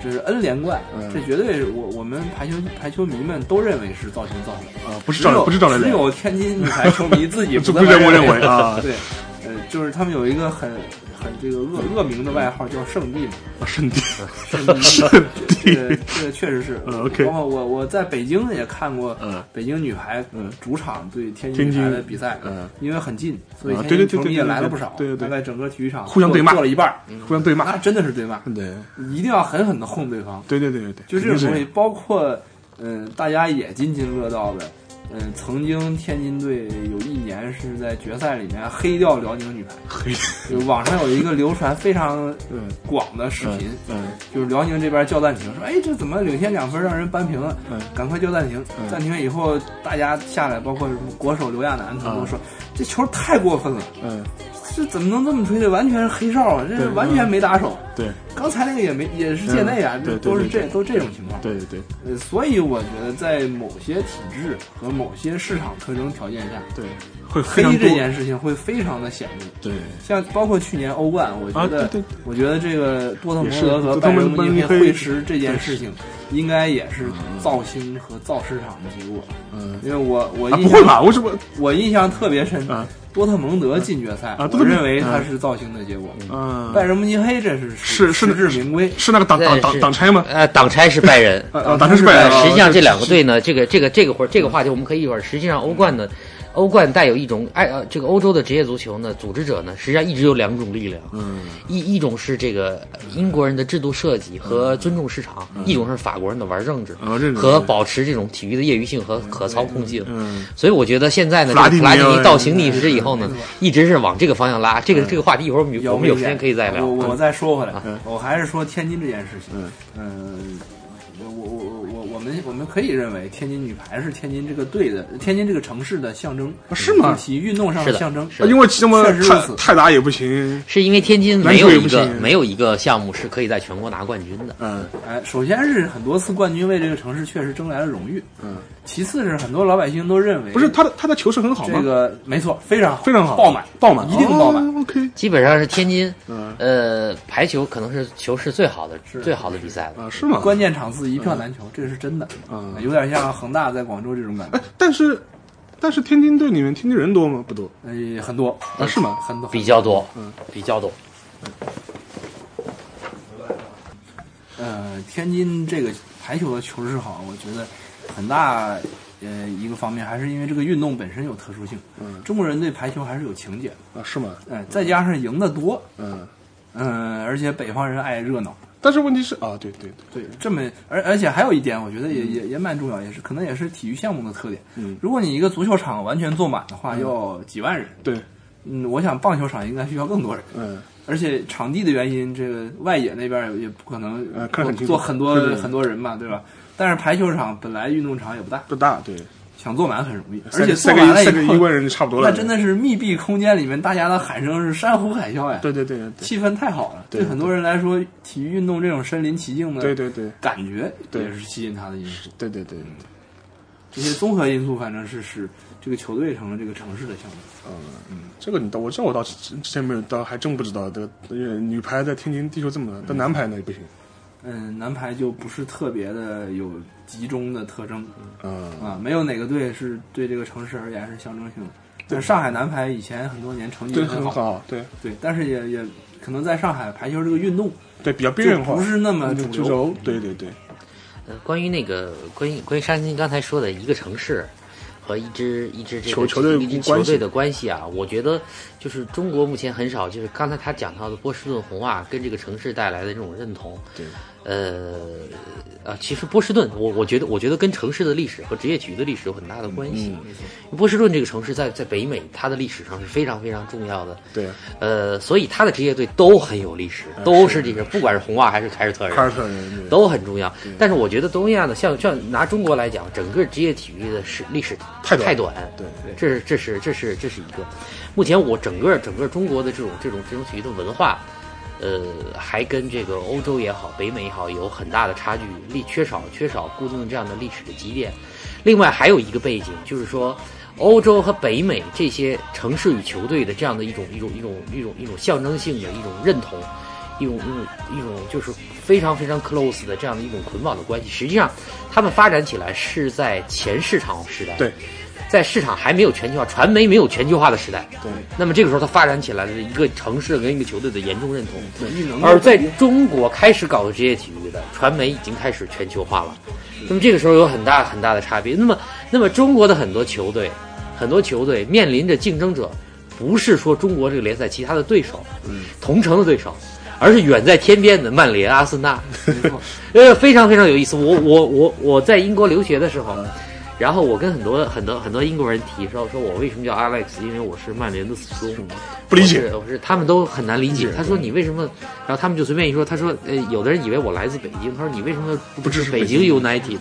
[SPEAKER 3] 这是 N 连冠，
[SPEAKER 2] 嗯
[SPEAKER 3] 这绝对是我我们排球排球迷们都认为是造型造的。
[SPEAKER 2] 啊，不是
[SPEAKER 3] 只
[SPEAKER 2] 赵
[SPEAKER 3] 有
[SPEAKER 2] 不是赵雷
[SPEAKER 3] 只
[SPEAKER 2] 雷， (laughs)
[SPEAKER 3] 有天津女排球迷自己
[SPEAKER 2] 就
[SPEAKER 3] 不
[SPEAKER 2] 不
[SPEAKER 3] 这
[SPEAKER 2] 这
[SPEAKER 3] 么
[SPEAKER 2] 么认
[SPEAKER 3] 为
[SPEAKER 2] 为啊
[SPEAKER 3] (laughs) 对，呃，就是他们有一个很很这个恶恶名的外号叫圣地嘛，
[SPEAKER 2] 啊圣地 (laughs)
[SPEAKER 3] 圣地
[SPEAKER 2] 圣
[SPEAKER 3] 这个
[SPEAKER 2] 地，
[SPEAKER 3] 这个确实是。呃
[SPEAKER 2] 嗯，OK
[SPEAKER 3] 包括我我在北京也看过
[SPEAKER 2] 嗯，
[SPEAKER 3] 北京女排
[SPEAKER 2] 嗯
[SPEAKER 3] 主场对天
[SPEAKER 2] 天
[SPEAKER 3] 津女排
[SPEAKER 2] 津
[SPEAKER 3] 的比赛，
[SPEAKER 2] 嗯，
[SPEAKER 3] 因为很近，所以
[SPEAKER 2] 啊
[SPEAKER 3] 天
[SPEAKER 2] 对对对
[SPEAKER 3] 津球迷
[SPEAKER 2] 对
[SPEAKER 3] 也
[SPEAKER 2] 对
[SPEAKER 3] 来
[SPEAKER 2] 对
[SPEAKER 3] 了不少，
[SPEAKER 2] 对对对
[SPEAKER 3] 大概整个体育场
[SPEAKER 2] 互相
[SPEAKER 3] 坐
[SPEAKER 2] 对骂
[SPEAKER 3] 坐了一半儿，
[SPEAKER 2] 互相对骂
[SPEAKER 3] 那，真的是对骂，
[SPEAKER 2] 对
[SPEAKER 3] 一定要狠狠的轰对方。
[SPEAKER 2] 对对对对对，肯
[SPEAKER 3] 就这
[SPEAKER 2] 定
[SPEAKER 3] 种
[SPEAKER 2] 是 (laughs)
[SPEAKER 3] 东西，包括嗯、呃大家也津津乐道的，嗯、曾经天津队有一年是在决赛里面黑掉辽宁女排， (laughs)
[SPEAKER 2] 黑，
[SPEAKER 3] 就网上有一个流传非常
[SPEAKER 2] 嗯
[SPEAKER 3] 广的视频，
[SPEAKER 2] 嗯
[SPEAKER 3] 就是辽宁这边叫暂停，说哎这怎么领先两分让人扳平了？
[SPEAKER 2] 嗯
[SPEAKER 3] 赶快叫暂停！
[SPEAKER 2] 嗯
[SPEAKER 3] 暂停以后，大家下来，包括什么国手刘亚楠，他们都说、这球太过分了，
[SPEAKER 2] 嗯
[SPEAKER 3] 这怎么能这么吹呢？完全是黑哨啊，这
[SPEAKER 2] 对
[SPEAKER 3] 是完全没打手。
[SPEAKER 2] 对
[SPEAKER 3] 刚才那个也没也是界内啊，
[SPEAKER 2] 嗯
[SPEAKER 3] 这
[SPEAKER 2] 对
[SPEAKER 3] 都是
[SPEAKER 2] 对对
[SPEAKER 3] 这都这种情况。
[SPEAKER 2] 对对对
[SPEAKER 3] 呃，所以我觉得在某些体制和某些市场特征条件下，
[SPEAKER 2] 对，会非
[SPEAKER 3] 黑
[SPEAKER 2] 常
[SPEAKER 3] 这
[SPEAKER 2] 多。
[SPEAKER 3] 件事情会非常的显著。
[SPEAKER 2] 对，
[SPEAKER 3] 像包括去年欧冠，我觉得，
[SPEAKER 2] 啊对对
[SPEAKER 3] 我觉得这个多特蒙
[SPEAKER 2] 也
[SPEAKER 3] 德
[SPEAKER 2] 是
[SPEAKER 3] 和
[SPEAKER 2] 多
[SPEAKER 3] 拜
[SPEAKER 2] 特
[SPEAKER 3] 仁
[SPEAKER 2] 蒙
[SPEAKER 3] 慕尼黑
[SPEAKER 2] 德
[SPEAKER 3] 会师这件事情，应该也是造星和造市场的结果。
[SPEAKER 2] 嗯，
[SPEAKER 3] 因为我我
[SPEAKER 2] 啊，
[SPEAKER 3] 印
[SPEAKER 2] 不会
[SPEAKER 3] 象、
[SPEAKER 2] 吧？为什么？
[SPEAKER 3] 我印象特别深，
[SPEAKER 2] 啊
[SPEAKER 3] 多特蒙德进决赛，
[SPEAKER 2] 啊多特
[SPEAKER 3] 我
[SPEAKER 2] 蒙
[SPEAKER 3] 认为它是造星的结果。
[SPEAKER 2] 嗯，
[SPEAKER 3] 拜仁慕尼黑这是
[SPEAKER 2] 是是
[SPEAKER 3] 实
[SPEAKER 2] 那
[SPEAKER 3] 至名归，
[SPEAKER 2] 是那个挡挡挡挡拆吗？
[SPEAKER 4] 呃，挡拆是拜仁。
[SPEAKER 2] 啊，挡拆是拜仁
[SPEAKER 4] 呃，
[SPEAKER 2] 啊。
[SPEAKER 4] 实际上这两个队呢，这个这个这个会儿这个话题我们可以一会儿。实际上欧冠呢，欧冠带有一种哎呃这个欧洲的职业足球呢，组织者呢，实际上一直有两种力量，嗯，一一种是这个英国人的制度设计和尊重市场，一种是法国人的玩政治
[SPEAKER 2] 啊这个
[SPEAKER 4] 和保持这种体育的业余性和可操控性。
[SPEAKER 2] 嗯，
[SPEAKER 4] 所以我觉得现在呢，
[SPEAKER 2] 弗拉
[SPEAKER 4] 这
[SPEAKER 2] 迪
[SPEAKER 4] 个
[SPEAKER 2] 米
[SPEAKER 4] 弗拉迪
[SPEAKER 2] 奥
[SPEAKER 4] 尼
[SPEAKER 2] 哎
[SPEAKER 4] 倒行逆施以后呢
[SPEAKER 3] 没错，
[SPEAKER 4] 一直是往这个方向拉。这个这个话题一会儿我们有我们有时间可以再聊。嗯
[SPEAKER 2] 嗯
[SPEAKER 3] 我我再说回来，
[SPEAKER 2] 啊
[SPEAKER 3] 嗯我还是说天津这件事情。嗯，我我我我我们我们可以认为天津女排是天津这个队的天津这个城市的象征，
[SPEAKER 2] 啊是吗
[SPEAKER 3] 就体育运动上
[SPEAKER 4] 是的
[SPEAKER 3] 象征。
[SPEAKER 4] 是
[SPEAKER 2] 啊因为什么
[SPEAKER 3] 确实如
[SPEAKER 2] 泰
[SPEAKER 3] 此
[SPEAKER 2] 泰达也不行。
[SPEAKER 4] 是因为天津
[SPEAKER 2] 篮
[SPEAKER 4] 没
[SPEAKER 2] 球
[SPEAKER 4] 有
[SPEAKER 2] 也
[SPEAKER 4] 一
[SPEAKER 2] 不
[SPEAKER 4] 个
[SPEAKER 2] 行
[SPEAKER 4] 没有一个项目是可以在全国拿冠军的。
[SPEAKER 2] 嗯，
[SPEAKER 3] 哎，首先是很多次冠军为这个城市确实争来了荣誉，
[SPEAKER 2] 嗯，
[SPEAKER 3] 其次是很多老百姓都认为
[SPEAKER 2] 不是他的他的球是很好吗？
[SPEAKER 3] 这个没错，非常好，
[SPEAKER 2] 非常好，
[SPEAKER 3] 爆满，
[SPEAKER 2] 爆满，
[SPEAKER 3] 一定爆满。
[SPEAKER 2] 哦 OK，
[SPEAKER 4] 基本上是天津，
[SPEAKER 2] 嗯
[SPEAKER 4] 呃，排球可能是球市最好的最好的比赛了。
[SPEAKER 2] 啊，是吗？
[SPEAKER 3] 关键场次一票难求，这是真的，
[SPEAKER 2] 嗯
[SPEAKER 3] 有点像恒大在广州这种感觉
[SPEAKER 2] 哎，，但是但是天津队里面天津人多吗？不多
[SPEAKER 3] 呃，很多，
[SPEAKER 2] 啊，是吗？
[SPEAKER 3] 很多，
[SPEAKER 4] 比较多，
[SPEAKER 2] 嗯
[SPEAKER 4] 比较多。
[SPEAKER 3] 呃，天津这个排球的球市好，我觉得很大呃一个方面还是因为这个运动本身有特殊性。
[SPEAKER 2] 嗯
[SPEAKER 3] 中国人对排球还是有情结的，
[SPEAKER 2] 啊，是吗？
[SPEAKER 3] 嗯、再加上赢得多，
[SPEAKER 2] 嗯，
[SPEAKER 3] 嗯、而且北方人爱热闹，
[SPEAKER 2] 但是问题是啊，对对对，
[SPEAKER 3] 对，这么而而且还有一点，我觉得也、也也蛮重要，也是可能也是体育项目的特点。
[SPEAKER 2] 嗯
[SPEAKER 3] 如果你一个足球场完全坐满的话，要几万人，
[SPEAKER 2] 对，
[SPEAKER 3] 嗯，我想棒球场应该需要更多人。
[SPEAKER 2] 嗯
[SPEAKER 3] 而且场地的原因，这个外野那边儿也也不可能
[SPEAKER 2] 呃看很清楚
[SPEAKER 3] 坐很多
[SPEAKER 2] 对对对
[SPEAKER 3] 很多人嘛，对吧？但是排球场本来运动场也不大，
[SPEAKER 2] 不大，对，
[SPEAKER 3] 想坐满很容易，
[SPEAKER 2] 塞
[SPEAKER 3] 而且坐
[SPEAKER 2] 塞
[SPEAKER 3] 满
[SPEAKER 2] 个
[SPEAKER 3] 了
[SPEAKER 2] 塞个
[SPEAKER 3] 以
[SPEAKER 2] 一
[SPEAKER 3] 后
[SPEAKER 2] 万，人就差不多了，
[SPEAKER 3] 那真的是密闭空间里面大家的喊声是山呼海啸呀，
[SPEAKER 2] 对，对对对
[SPEAKER 3] 气氛太好了。
[SPEAKER 2] 对
[SPEAKER 3] 对很多人来说，体育运动这种身临其境的
[SPEAKER 2] 对对对
[SPEAKER 3] 感觉
[SPEAKER 2] 对
[SPEAKER 3] 也是吸引他的因素。
[SPEAKER 2] 对对对，
[SPEAKER 3] 这些综合因素，反正是使这个球队成了这个城市的象征。
[SPEAKER 2] 这个你倒我知道，我倒之之前没有，倒还真不知道，这个呃女排在天津地球这么大，但男排呢也不行，
[SPEAKER 3] 嗯，男排就不是特别的有集中的特征。
[SPEAKER 2] 嗯
[SPEAKER 3] 啊，没有哪个队是对这个城市而言是象征性的。但是上海男排以前很多年成绩
[SPEAKER 2] 对，
[SPEAKER 3] 也很
[SPEAKER 2] 很
[SPEAKER 3] 好，
[SPEAKER 2] 好，对
[SPEAKER 3] 对，但是也也可能在上海排球这个运动
[SPEAKER 2] 对，比较边
[SPEAKER 3] 就
[SPEAKER 2] 缘化，嗯
[SPEAKER 3] 不是那么
[SPEAKER 2] 就
[SPEAKER 3] 主
[SPEAKER 2] 主
[SPEAKER 3] 流。
[SPEAKER 2] 轴，对对对，
[SPEAKER 4] 呃，关于那个关于关于山金刚才说的一个城市和一支一支这个
[SPEAKER 2] 球球队
[SPEAKER 4] 一支
[SPEAKER 2] 关
[SPEAKER 4] 球
[SPEAKER 2] 系
[SPEAKER 4] 队的关系啊，我觉得就是中国目前很少，就是刚才他讲到的波士顿红袜跟这个城市带来的这种认同。
[SPEAKER 2] 对，
[SPEAKER 4] 呃啊，其实波士顿，我我觉得我觉得跟城市的历史和职业体育的历史有很大的关
[SPEAKER 2] 嗯
[SPEAKER 4] 系。波士顿这个城市在在北美，它的历史上是非常非常重要的。
[SPEAKER 2] 对，呃
[SPEAKER 4] 呃，所以他的职业队都很有历史，都是历史，不管是红袜还是凯尔特人，
[SPEAKER 2] 凯尔特人对
[SPEAKER 4] 都很重要。
[SPEAKER 2] 嗯
[SPEAKER 4] 但是我觉得东亚呢，像像拿中国来讲，整个职业体育的史历史
[SPEAKER 2] 太短
[SPEAKER 4] 太短，
[SPEAKER 2] 对对
[SPEAKER 4] 这是这是这是这是一个。目前我整个整个中国的这种这种这种体育的文化，呃，还跟这个欧洲也好、北美也好有很大的差距，历缺少缺少固定这样的历史的积淀。另外还有一个背景就是说。欧洲和北美这些城市与球队的这样的一种一种一种一种一种象征性的一种认同，一种一种一种就是非常非常 close 的这样的一种捆绑的关系。实际上，他们发展起来是在前市场时代，
[SPEAKER 2] 对，
[SPEAKER 4] 在市场还没有全球化、传媒没有全球化的时代，
[SPEAKER 2] 对，
[SPEAKER 4] 那么这个时候它发展起来的一个城市跟一个球队的严重认同。
[SPEAKER 3] 体育能
[SPEAKER 4] 而
[SPEAKER 3] 力
[SPEAKER 4] 在中国开始搞职业体育的传媒已经开始全球化了，那么这个时候有很大很大的差别。那么，那么中国的很多球队，很多球队面临着竞争者，不是说中国这个联赛其他的对手，同城的对手，而是远在天边的曼联、阿森纳，
[SPEAKER 3] 没错，
[SPEAKER 4] 呃，非常非常有意思。我我我我在英国留学的时候，然后我跟很多很多很多英国人提说，说我为什么叫 Alex，因为我是曼联的死忠。
[SPEAKER 2] 不理解
[SPEAKER 4] 我是，我是他们都很难理解。他说你为什么？然后他们就随便一说，他说呃，有的人以为我来自北京，他说你为什么不
[SPEAKER 2] 支持
[SPEAKER 4] 北
[SPEAKER 2] 北
[SPEAKER 4] 京
[SPEAKER 2] 京
[SPEAKER 4] (laughs) United？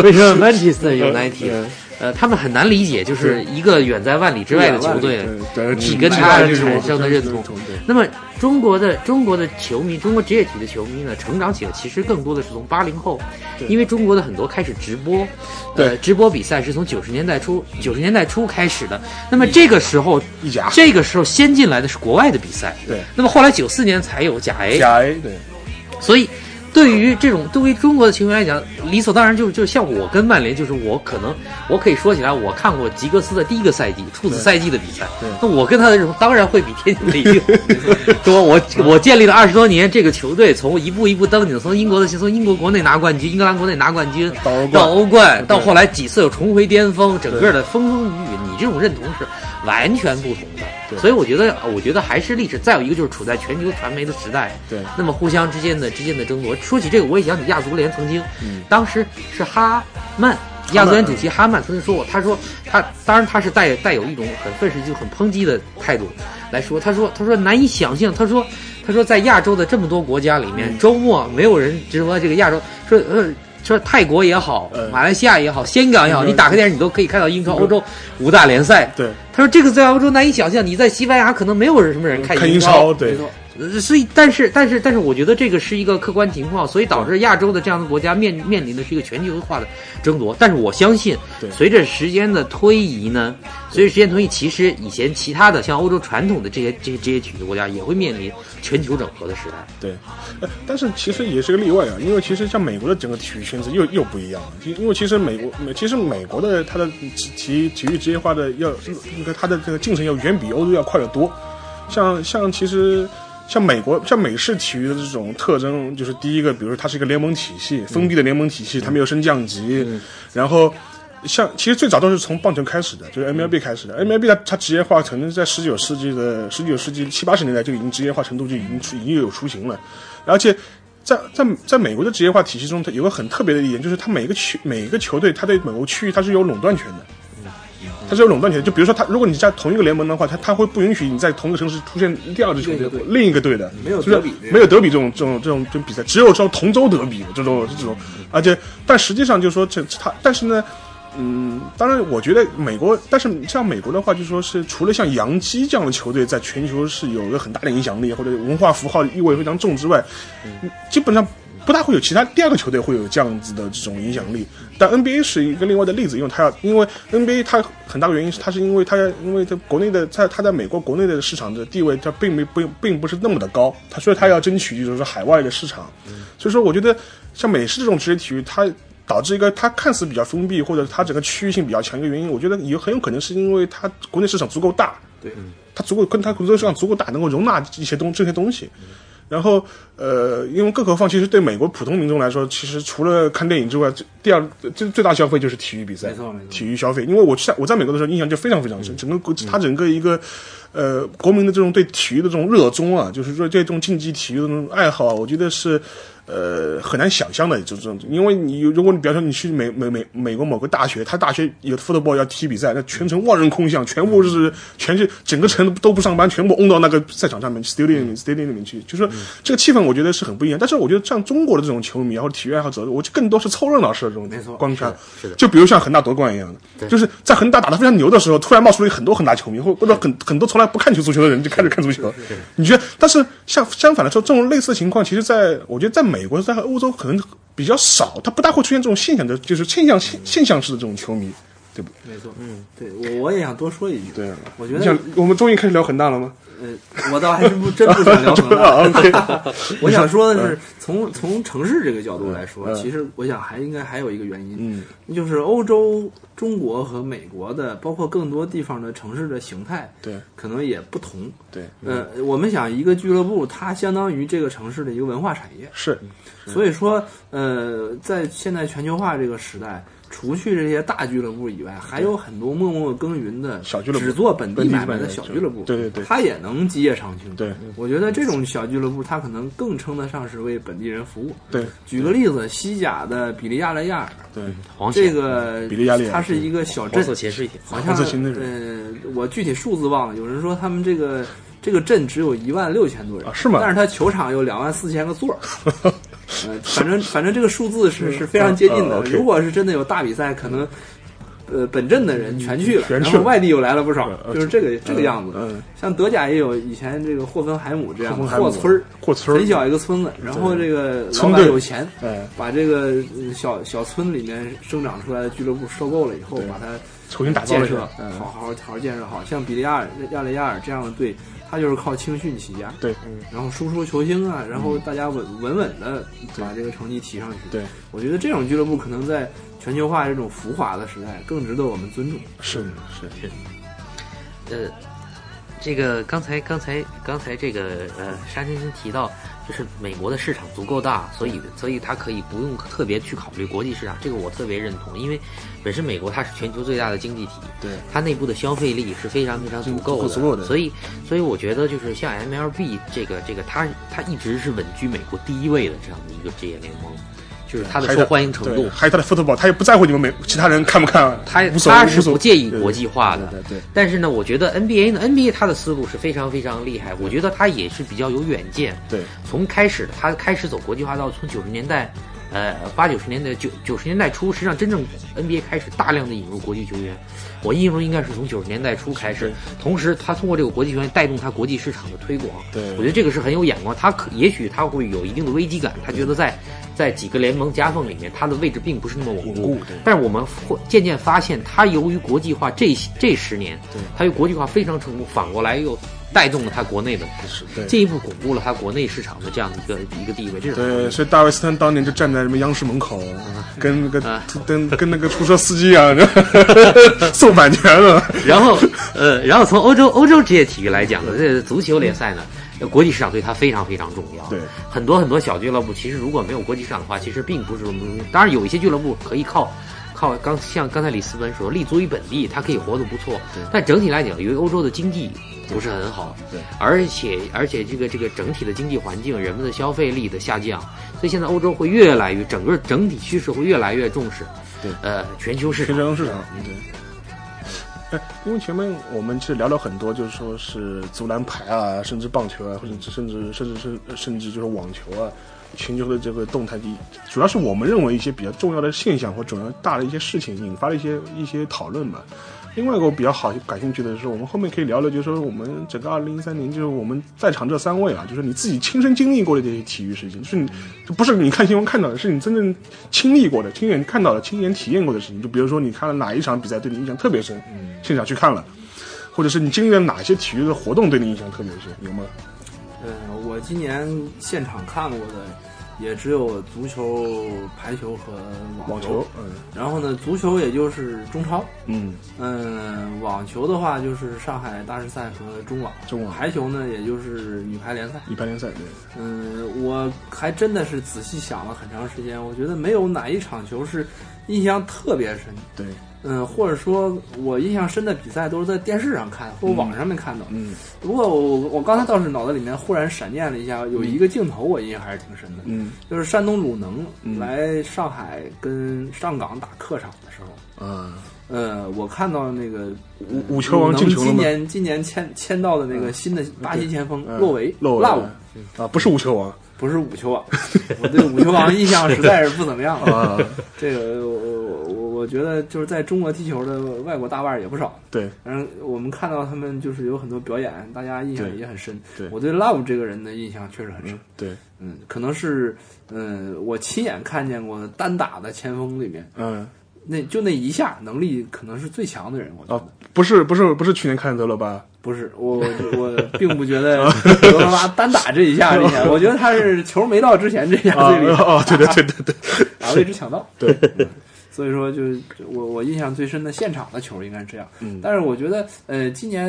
[SPEAKER 4] 为什么 Manchester United？呃，他们很难理解，就是一个远在万里之外的球队，
[SPEAKER 2] 对，
[SPEAKER 4] 你跟他
[SPEAKER 2] 这种
[SPEAKER 4] 产生的认同，
[SPEAKER 2] 对
[SPEAKER 4] 那么中国的中国的球迷，中国职业体的球迷呢，成长起来其实更多的是从八零后，
[SPEAKER 2] 对
[SPEAKER 4] 因为中国的很多开始直播，呃
[SPEAKER 2] 对，
[SPEAKER 4] 直播比赛是从九十年代初九十年代初开始的。那么这个时候，
[SPEAKER 2] 意甲，
[SPEAKER 4] 这个时候先进来的是国外的比赛，
[SPEAKER 2] 对
[SPEAKER 4] 那么后来九四年才有甲
[SPEAKER 3] 哎
[SPEAKER 4] A，
[SPEAKER 2] 甲 A，对，
[SPEAKER 4] 所以，对于这种对于中国的球迷来讲，理所当然就是就像我跟曼联，就是我可能我可以说起来，我看过吉格斯的第一个赛季处子赛季的比赛
[SPEAKER 2] 对，
[SPEAKER 4] 那我跟他的认同当然会比天津的一
[SPEAKER 2] (laughs)
[SPEAKER 4] 定多。我我建立了二十多年这个球队，从一步一步登顶，从英国的从英国国内拿冠军，英格兰国内拿冠军，
[SPEAKER 2] 到欧冠
[SPEAKER 4] 到欧冠，到
[SPEAKER 2] 对
[SPEAKER 4] 后来几次又重回巅峰，整个的风风雨雨，你这种认同是完全不同的。
[SPEAKER 2] 对
[SPEAKER 4] 所以我觉得，我觉得还是历史。再有一个就是处在全球传媒的时代，
[SPEAKER 2] 对
[SPEAKER 4] 那么互相之间的之间的争夺。说起这个，我也想起亚足联曾经，
[SPEAKER 2] 嗯
[SPEAKER 4] 当时是哈曼，亚足联主席哈曼曾经说过，他说他当然他是带带有一种很愤世嫉俗、很抨击的态度来说，他说他说难以想象，他说他说在亚洲的这么多国家里
[SPEAKER 2] 嗯
[SPEAKER 4] 面，周末没有人直播这个亚洲，说呃。说泰国也好
[SPEAKER 2] 嗯，
[SPEAKER 4] 马来西亚也好，香港也好，
[SPEAKER 2] 嗯
[SPEAKER 4] 你打开电视，你都可以看到英超、欧洲五大联赛，
[SPEAKER 2] 对，
[SPEAKER 4] 他说这个在欧洲难以想象，你在西班牙可能没有什么人看
[SPEAKER 2] 看英
[SPEAKER 4] 英
[SPEAKER 2] 超，对
[SPEAKER 3] 没，错
[SPEAKER 4] 呃所以但是但是但是我觉得这个是一个客观情况，所以导致亚洲的这样的国家面面临的是一个全球化的争夺。但是我相信
[SPEAKER 2] 对，
[SPEAKER 4] 随着时间的推移呢，随着时间推移，其实以前其他的像欧洲传统的这些这些职业体育国家也会面临全球整合的时代。
[SPEAKER 2] 对，呃，但是其实也是个例外啊，因为其实像美国的整个体育圈子又又不一样了，其因为其实美国，美其实美国的它的体体育职业化的要那个它的这个进程要远比欧洲要快得多，像像其实。像美国，像美式体育的这种特征，就是第一个，比如说它是一个联盟体系，封闭的联盟体系，它没有升降级。然后，像其实最早都是从棒球开始的，就是 MLB 开始的。MLB 它它职业化可能在十九世纪的十九世纪七八十年代就已经职业化程度就已经出已经有雏形了，而且在在在美国的职业化体系中，它有个很特别的一点，就是它每个区每个球队它对某个区域它是有垄断权的。它是有垄断权的，就比如说它，如果你在同一个联盟的话，它它会不允许你在同一个城市出现第二支球队
[SPEAKER 3] 对对
[SPEAKER 2] 另一个队的，
[SPEAKER 3] 没有
[SPEAKER 2] 就是
[SPEAKER 3] 德比这样
[SPEAKER 2] 没有德比这种这种这种这种比赛，只有这种同州德比这种这种，
[SPEAKER 3] 嗯
[SPEAKER 2] 而且但实际上就是说这它，但是呢，嗯，当然我觉得美国，但是像美国的话，就说是除了像洋基这样的球队在全球是有了很大的影响力或者文化符号意味非常重之外，基本上不大会有其他第二个球队会有这样子的这种影响力。但 NBA 是一个另外的例子，因为它要因为 NBA 它很大的原因是它是因为它因为它国内的在它在美国国内的市场的地位它并没并并不是那么的高，它所以它要争取就是说海外的市场。所以说我觉得像美式这种职业体育它。导致一个它看似比较封闭，或者它整个区域性比较强一个原因，我觉得也很有可能是因为它国内市场足够大，
[SPEAKER 3] 对，
[SPEAKER 2] 它足够跟它工作量足够大，能够容纳一些东这些东西。然后，呃，因为更何况，其实对美国普通民众来说，其实除了看电影之外，最第二最最大消费就是体育比赛，
[SPEAKER 3] 没错没错
[SPEAKER 2] 体育消费。因为我在我在美国的时候，印象就非常非常
[SPEAKER 3] 嗯
[SPEAKER 2] 深，整个国它整个一个，呃，国民的这种对体育的这种热衷啊，就是说对这种竞技体育的这种爱好啊，我觉得是。呃，很难想象的，就这种，因为你如果你比方说你去美美美美国某个大学，他大学有 football 要踢比赛，那全程万人空巷，全部
[SPEAKER 3] 嗯
[SPEAKER 2] 是全是整个城都不上班，全部嗡到那个赛场上面 stadium
[SPEAKER 3] 嗯
[SPEAKER 2] 里 stadium 里面去，就是说这个气氛我觉得是很不一样。但是我觉得像中国的这种球迷然后体育爱好者，我就更多是凑热闹式的这种
[SPEAKER 3] 没错
[SPEAKER 2] 观看，
[SPEAKER 4] 啊是的
[SPEAKER 2] 就比如像恒大夺冠一样的，就是在恒大打得非常牛的时候，突然冒出了很多恒大球迷，或或者很很多从来不看球足球的人就开始看足球。你觉得？但是相相反来说，这种类似的情况，其实在我觉得在美国、在欧洲可能比较少，它不大会出现这种现象的，就是现象现现象式的这种球迷，对不对？
[SPEAKER 3] 没错，嗯，对我我也想多说一句，
[SPEAKER 2] 对啊，
[SPEAKER 3] 我觉
[SPEAKER 2] 你
[SPEAKER 3] 得
[SPEAKER 2] 想我们终于开始聊恒大了吗？
[SPEAKER 3] 呃，我倒还真不真
[SPEAKER 2] (laughs)
[SPEAKER 3] 不想聊恒大。
[SPEAKER 2] 啊，OK，
[SPEAKER 3] (laughs) 我想说的是，从从城市这个角度来说，
[SPEAKER 2] 嗯
[SPEAKER 3] 其实我想还应该还有一个原因，
[SPEAKER 2] 嗯，
[SPEAKER 3] 就是欧洲、中国和美国的，包括更多地方的城市的形态，
[SPEAKER 2] 对
[SPEAKER 3] 可能也不同。
[SPEAKER 2] 对，
[SPEAKER 3] 呃，我们想一个俱乐部，它相当于这个城市的一个文化产业，
[SPEAKER 2] 是，
[SPEAKER 3] 所以说，呃，在现在全球化这个时代，除去这些大俱乐部以外，还有很多默默耕�耘的
[SPEAKER 2] 小俱乐部
[SPEAKER 3] 只做本地
[SPEAKER 2] 本地
[SPEAKER 3] 买卖
[SPEAKER 2] 买卖
[SPEAKER 3] 的
[SPEAKER 2] 的
[SPEAKER 3] 小
[SPEAKER 2] 小
[SPEAKER 3] 俱乐部，
[SPEAKER 2] 对对对
[SPEAKER 3] 它也能基业长青。
[SPEAKER 2] 对，
[SPEAKER 3] 我觉得这种小俱乐部，它可能更称得上是为本地人服务。
[SPEAKER 2] 对
[SPEAKER 3] 举个例子，西甲的比利亚雷亚尔，
[SPEAKER 2] 对，
[SPEAKER 4] 黄
[SPEAKER 3] 这
[SPEAKER 4] 血
[SPEAKER 3] 个
[SPEAKER 2] 比利亚雷亚尔
[SPEAKER 3] 它是一个小
[SPEAKER 4] 黄
[SPEAKER 3] 镇，
[SPEAKER 4] 色潜水艇，
[SPEAKER 3] 好
[SPEAKER 2] 黄
[SPEAKER 3] 像
[SPEAKER 2] 色情那种
[SPEAKER 3] 呃，我具体数字忘了。有人说他们这个这个镇只有一万六千多人
[SPEAKER 2] 啊是吗
[SPEAKER 3] 但是它球场有两万四千个座儿。
[SPEAKER 2] (laughs)
[SPEAKER 3] 呃，反正反正这个数字是是非常接近
[SPEAKER 2] 啊
[SPEAKER 3] 的。
[SPEAKER 2] ，OK
[SPEAKER 3] 如果是真的有大比赛，可能呃本镇的人全去了，
[SPEAKER 2] 全去
[SPEAKER 3] 然后
[SPEAKER 2] 了
[SPEAKER 3] 外地又来了不少，
[SPEAKER 2] 呃
[SPEAKER 3] 就是这个这个样子。
[SPEAKER 2] 嗯，
[SPEAKER 3] 像德甲也有以前这个霍芬海姆这样
[SPEAKER 2] 霍
[SPEAKER 3] 的
[SPEAKER 2] 芬海姆
[SPEAKER 3] 霍村儿，
[SPEAKER 2] 霍村儿
[SPEAKER 3] 很小一个村子，然后这个老
[SPEAKER 2] 村
[SPEAKER 3] 板
[SPEAKER 2] 队
[SPEAKER 3] 有钱，
[SPEAKER 2] 哎，
[SPEAKER 3] 把这个呃小小村里面生长出来的俱乐部收购了以后
[SPEAKER 2] 对，
[SPEAKER 3] 把它
[SPEAKER 2] 重新打造
[SPEAKER 3] 建
[SPEAKER 2] 了一
[SPEAKER 3] 设
[SPEAKER 2] 下
[SPEAKER 3] 好，
[SPEAKER 2] 嗯
[SPEAKER 3] 好好好建设好。像比利亚尔、亚雷亚尔这样的队，他就是靠青训起家，
[SPEAKER 2] 对，嗯
[SPEAKER 3] 然后输出球星啊，然后大家稳稳稳的把这个成绩提上去。
[SPEAKER 2] 对，
[SPEAKER 3] 我觉得这种俱乐部可能在全球化这种浮华的时代更值得我们尊重。
[SPEAKER 2] 是是，
[SPEAKER 4] 呃，这个刚才刚才刚才这个呃，沙先生提到，就是美国的市场足够大，所
[SPEAKER 2] 嗯
[SPEAKER 4] 以所以它可以不用特别去考虑国际市场，这个我特别认同，因为本身美国它是全球最大的经济体，
[SPEAKER 2] 对，
[SPEAKER 4] 它内部的消费力是非常非常足
[SPEAKER 2] 足够
[SPEAKER 4] 够的，
[SPEAKER 2] 足够的
[SPEAKER 4] 所以所以我觉得就是像 MLB 这个这个它它一直是稳居美国第一位的这样的一个职业联盟，就是它的
[SPEAKER 2] 还有
[SPEAKER 4] 受欢迎程
[SPEAKER 2] 对
[SPEAKER 4] 度。
[SPEAKER 2] 还有他的 football，他也不在乎你们美其他人看不看，啊
[SPEAKER 4] 它
[SPEAKER 2] 无所谓，
[SPEAKER 4] 它
[SPEAKER 2] 无
[SPEAKER 4] 是
[SPEAKER 2] 所
[SPEAKER 4] 不
[SPEAKER 2] 谓
[SPEAKER 4] 介意国际化的，
[SPEAKER 2] 对对对对
[SPEAKER 4] 但是呢，我觉得 NBA 呢，NBA 它的思路是非常非常厉害，我觉得它也是比较有远见。
[SPEAKER 2] 对，
[SPEAKER 4] 从开始它开始走国际化到从九十年代，呃，八九十年代九九十年代初，实际上真正 NBA 开始大量的引入国际球员。我印象中应该是从九十年代初开始
[SPEAKER 2] 是，
[SPEAKER 4] 同时它通过这个国际球员带动它国际市场的推广。
[SPEAKER 2] 对
[SPEAKER 4] 我觉得这个是很有眼光。他可也许他会有一定的危机感，他觉得在在几个联盟夹缝里面，他的位置并不是那么稳
[SPEAKER 2] 稳
[SPEAKER 4] 固
[SPEAKER 2] 固对。
[SPEAKER 4] 但是我们会渐渐发现，他由于国际化这这十年
[SPEAKER 2] 对，
[SPEAKER 4] 他由国际化非常成功，反过来又带动了他国内的市
[SPEAKER 2] 对
[SPEAKER 4] 进一步巩固了他国内市场的这样的一个一个地位。这是
[SPEAKER 2] 对，所以大卫斯坦当年就站在什么央视门口，跟那个
[SPEAKER 4] 啊
[SPEAKER 2] 跟跟那个出租车司机一样， (laughs) 送版权了。
[SPEAKER 4] (laughs) 然后，呃，然后从欧洲欧洲职业体育来讲呢，这足球联赛呢，呃国际市场对它非常非常重要。
[SPEAKER 2] 对
[SPEAKER 4] 很多很多小俱乐部其实如果没有国际市场的话，其实并不是那么容易。当然，有一些俱乐部可以靠靠刚像刚才李斯文说，立足于本地，它可以活得不错。但整体来讲，由于欧洲的经济不是很好，
[SPEAKER 2] 对
[SPEAKER 4] 而且而且这个这个整体的经济环境，人们的消费力的下降，所以现在欧洲会越来越整个整体趋势会越来越重视。
[SPEAKER 2] 对
[SPEAKER 4] 呃，全球市
[SPEAKER 2] 全
[SPEAKER 4] 场
[SPEAKER 2] 球市场，对。哎，因为前面我们其实聊了很多，就是说是足篮排啊，甚至棒球啊，或者甚至甚至甚至甚至就是网球啊，全球的这个动态地，主要是我们认为一些比较重要的现象或主要大的一些事情，引发了一些一些讨论吧。另外一个我比较好感兴趣的是，我们后面可以聊聊，就是说我们整个二零一三年，就是我们在场这三位啊，就是你自己亲身经历过的这些体育事情，就是你就不是你看新闻看到的，是你真正亲历过的、亲眼看到的、亲眼体验过的事情。就比如说你看了哪一场比赛对你印象特别深，
[SPEAKER 3] 嗯
[SPEAKER 2] 现场去看了，或者是你经历了哪些体育的活动对你印象特别深，有吗？
[SPEAKER 3] 呃，我今年现场看过的也只有足球、排球和
[SPEAKER 2] 网
[SPEAKER 3] 球
[SPEAKER 2] 球，，嗯
[SPEAKER 3] 然后呢，足球也就是中超，
[SPEAKER 2] 嗯，
[SPEAKER 3] 嗯，网球的话就是上海大师赛和中网，
[SPEAKER 2] 中网
[SPEAKER 3] 排球呢也就是女排联赛。
[SPEAKER 2] 一般联赛对，
[SPEAKER 3] 嗯，我还真的是仔细想了很长时间，我觉得没有哪一场球是印象特别深。
[SPEAKER 2] 对，
[SPEAKER 3] 嗯，或者说我印象深的比赛都是在电视上看或者网上面看到。
[SPEAKER 2] 嗯
[SPEAKER 3] 不过我我刚才倒是脑袋里面忽然闪念了一下，有一个镜头我印象还是挺深的，
[SPEAKER 2] 嗯
[SPEAKER 3] 就是山东鲁能
[SPEAKER 2] 嗯
[SPEAKER 3] 来上海跟上港打客场的时候。
[SPEAKER 2] 啊，
[SPEAKER 3] 呃，我看到那个
[SPEAKER 2] 五五球王
[SPEAKER 3] 嗯鲁能
[SPEAKER 2] 进球了吗
[SPEAKER 3] 今年今年签签到的那个新的巴西前锋
[SPEAKER 2] 嗯
[SPEAKER 3] 洛维，
[SPEAKER 2] 洛维
[SPEAKER 3] 拉维
[SPEAKER 2] 啊，不是无球王
[SPEAKER 3] 不是五
[SPEAKER 2] (laughs)
[SPEAKER 3] 球王，我对五球王印象实在是不怎么样了。
[SPEAKER 2] 啊，
[SPEAKER 3] (laughs) 这个我我我我觉得就是在中国踢球的外国大腕儿也不少，
[SPEAKER 2] 对
[SPEAKER 3] 反正我们看到他们就是有很多表演，大家印象
[SPEAKER 2] 对
[SPEAKER 3] 也很深。
[SPEAKER 2] 对
[SPEAKER 3] 我对 Love 这个人的印象确实很深，
[SPEAKER 2] 对，
[SPEAKER 3] 嗯，可能是嗯我亲眼看见过的单打的前锋里面，
[SPEAKER 2] 嗯。
[SPEAKER 3] 那就那一下能力可能是最强的人，我觉得。
[SPEAKER 2] 啊，不是不是不是去年看的德罗
[SPEAKER 3] (laughs)
[SPEAKER 2] 巴，
[SPEAKER 3] 不是我，我我并不觉
[SPEAKER 2] (laughs)
[SPEAKER 3] 得德罗巴单打这一下厉害，我觉得他是球没到之前这下
[SPEAKER 2] 啊
[SPEAKER 3] 最厉害，
[SPEAKER 2] 哦，对对对对
[SPEAKER 3] (laughs)
[SPEAKER 2] 对，
[SPEAKER 3] 打位置抢到。
[SPEAKER 2] 对
[SPEAKER 3] 嗯， (laughs) 所以说就是我我印象最深的现场的球应该是这样。
[SPEAKER 2] 嗯
[SPEAKER 3] 但是我觉得呃，今年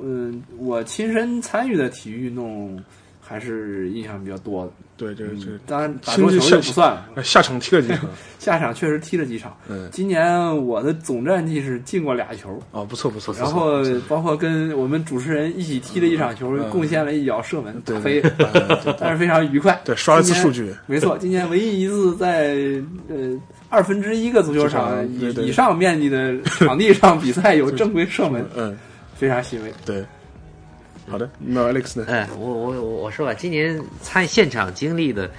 [SPEAKER 3] 嗯、我亲身参与的体育运动还是印象比较多的。
[SPEAKER 2] 对这个
[SPEAKER 3] 嗯
[SPEAKER 2] 这个
[SPEAKER 3] 当然打桌球就不算了，
[SPEAKER 2] 呃下场踢了几
[SPEAKER 3] (laughs)
[SPEAKER 2] 场，
[SPEAKER 3] 下场确实踢了几场。
[SPEAKER 2] 嗯，
[SPEAKER 3] 今年我的总战绩是进过俩球，
[SPEAKER 2] 哦，不错不错，不错 (laughs)
[SPEAKER 3] 然后包括跟我们主持人一起踢了一场球，
[SPEAKER 2] 嗯
[SPEAKER 3] 贡献了一脚射门，打
[SPEAKER 2] 对
[SPEAKER 3] 飞
[SPEAKER 2] 对，对
[SPEAKER 3] (laughs) 但是非常愉快。
[SPEAKER 2] 对刷了一次
[SPEAKER 3] 今年
[SPEAKER 2] 数据
[SPEAKER 3] 没错，今年唯一一次在呃二分之一个足球场
[SPEAKER 2] 足球场对对
[SPEAKER 3] 以以上面积的场地上比赛有
[SPEAKER 2] (laughs)
[SPEAKER 3] 正规射门，
[SPEAKER 2] 嗯
[SPEAKER 3] 非常欣慰。
[SPEAKER 2] 对，好的，那 Alex 呢？
[SPEAKER 4] 哎，我我我我说吧，今年参现场经历的，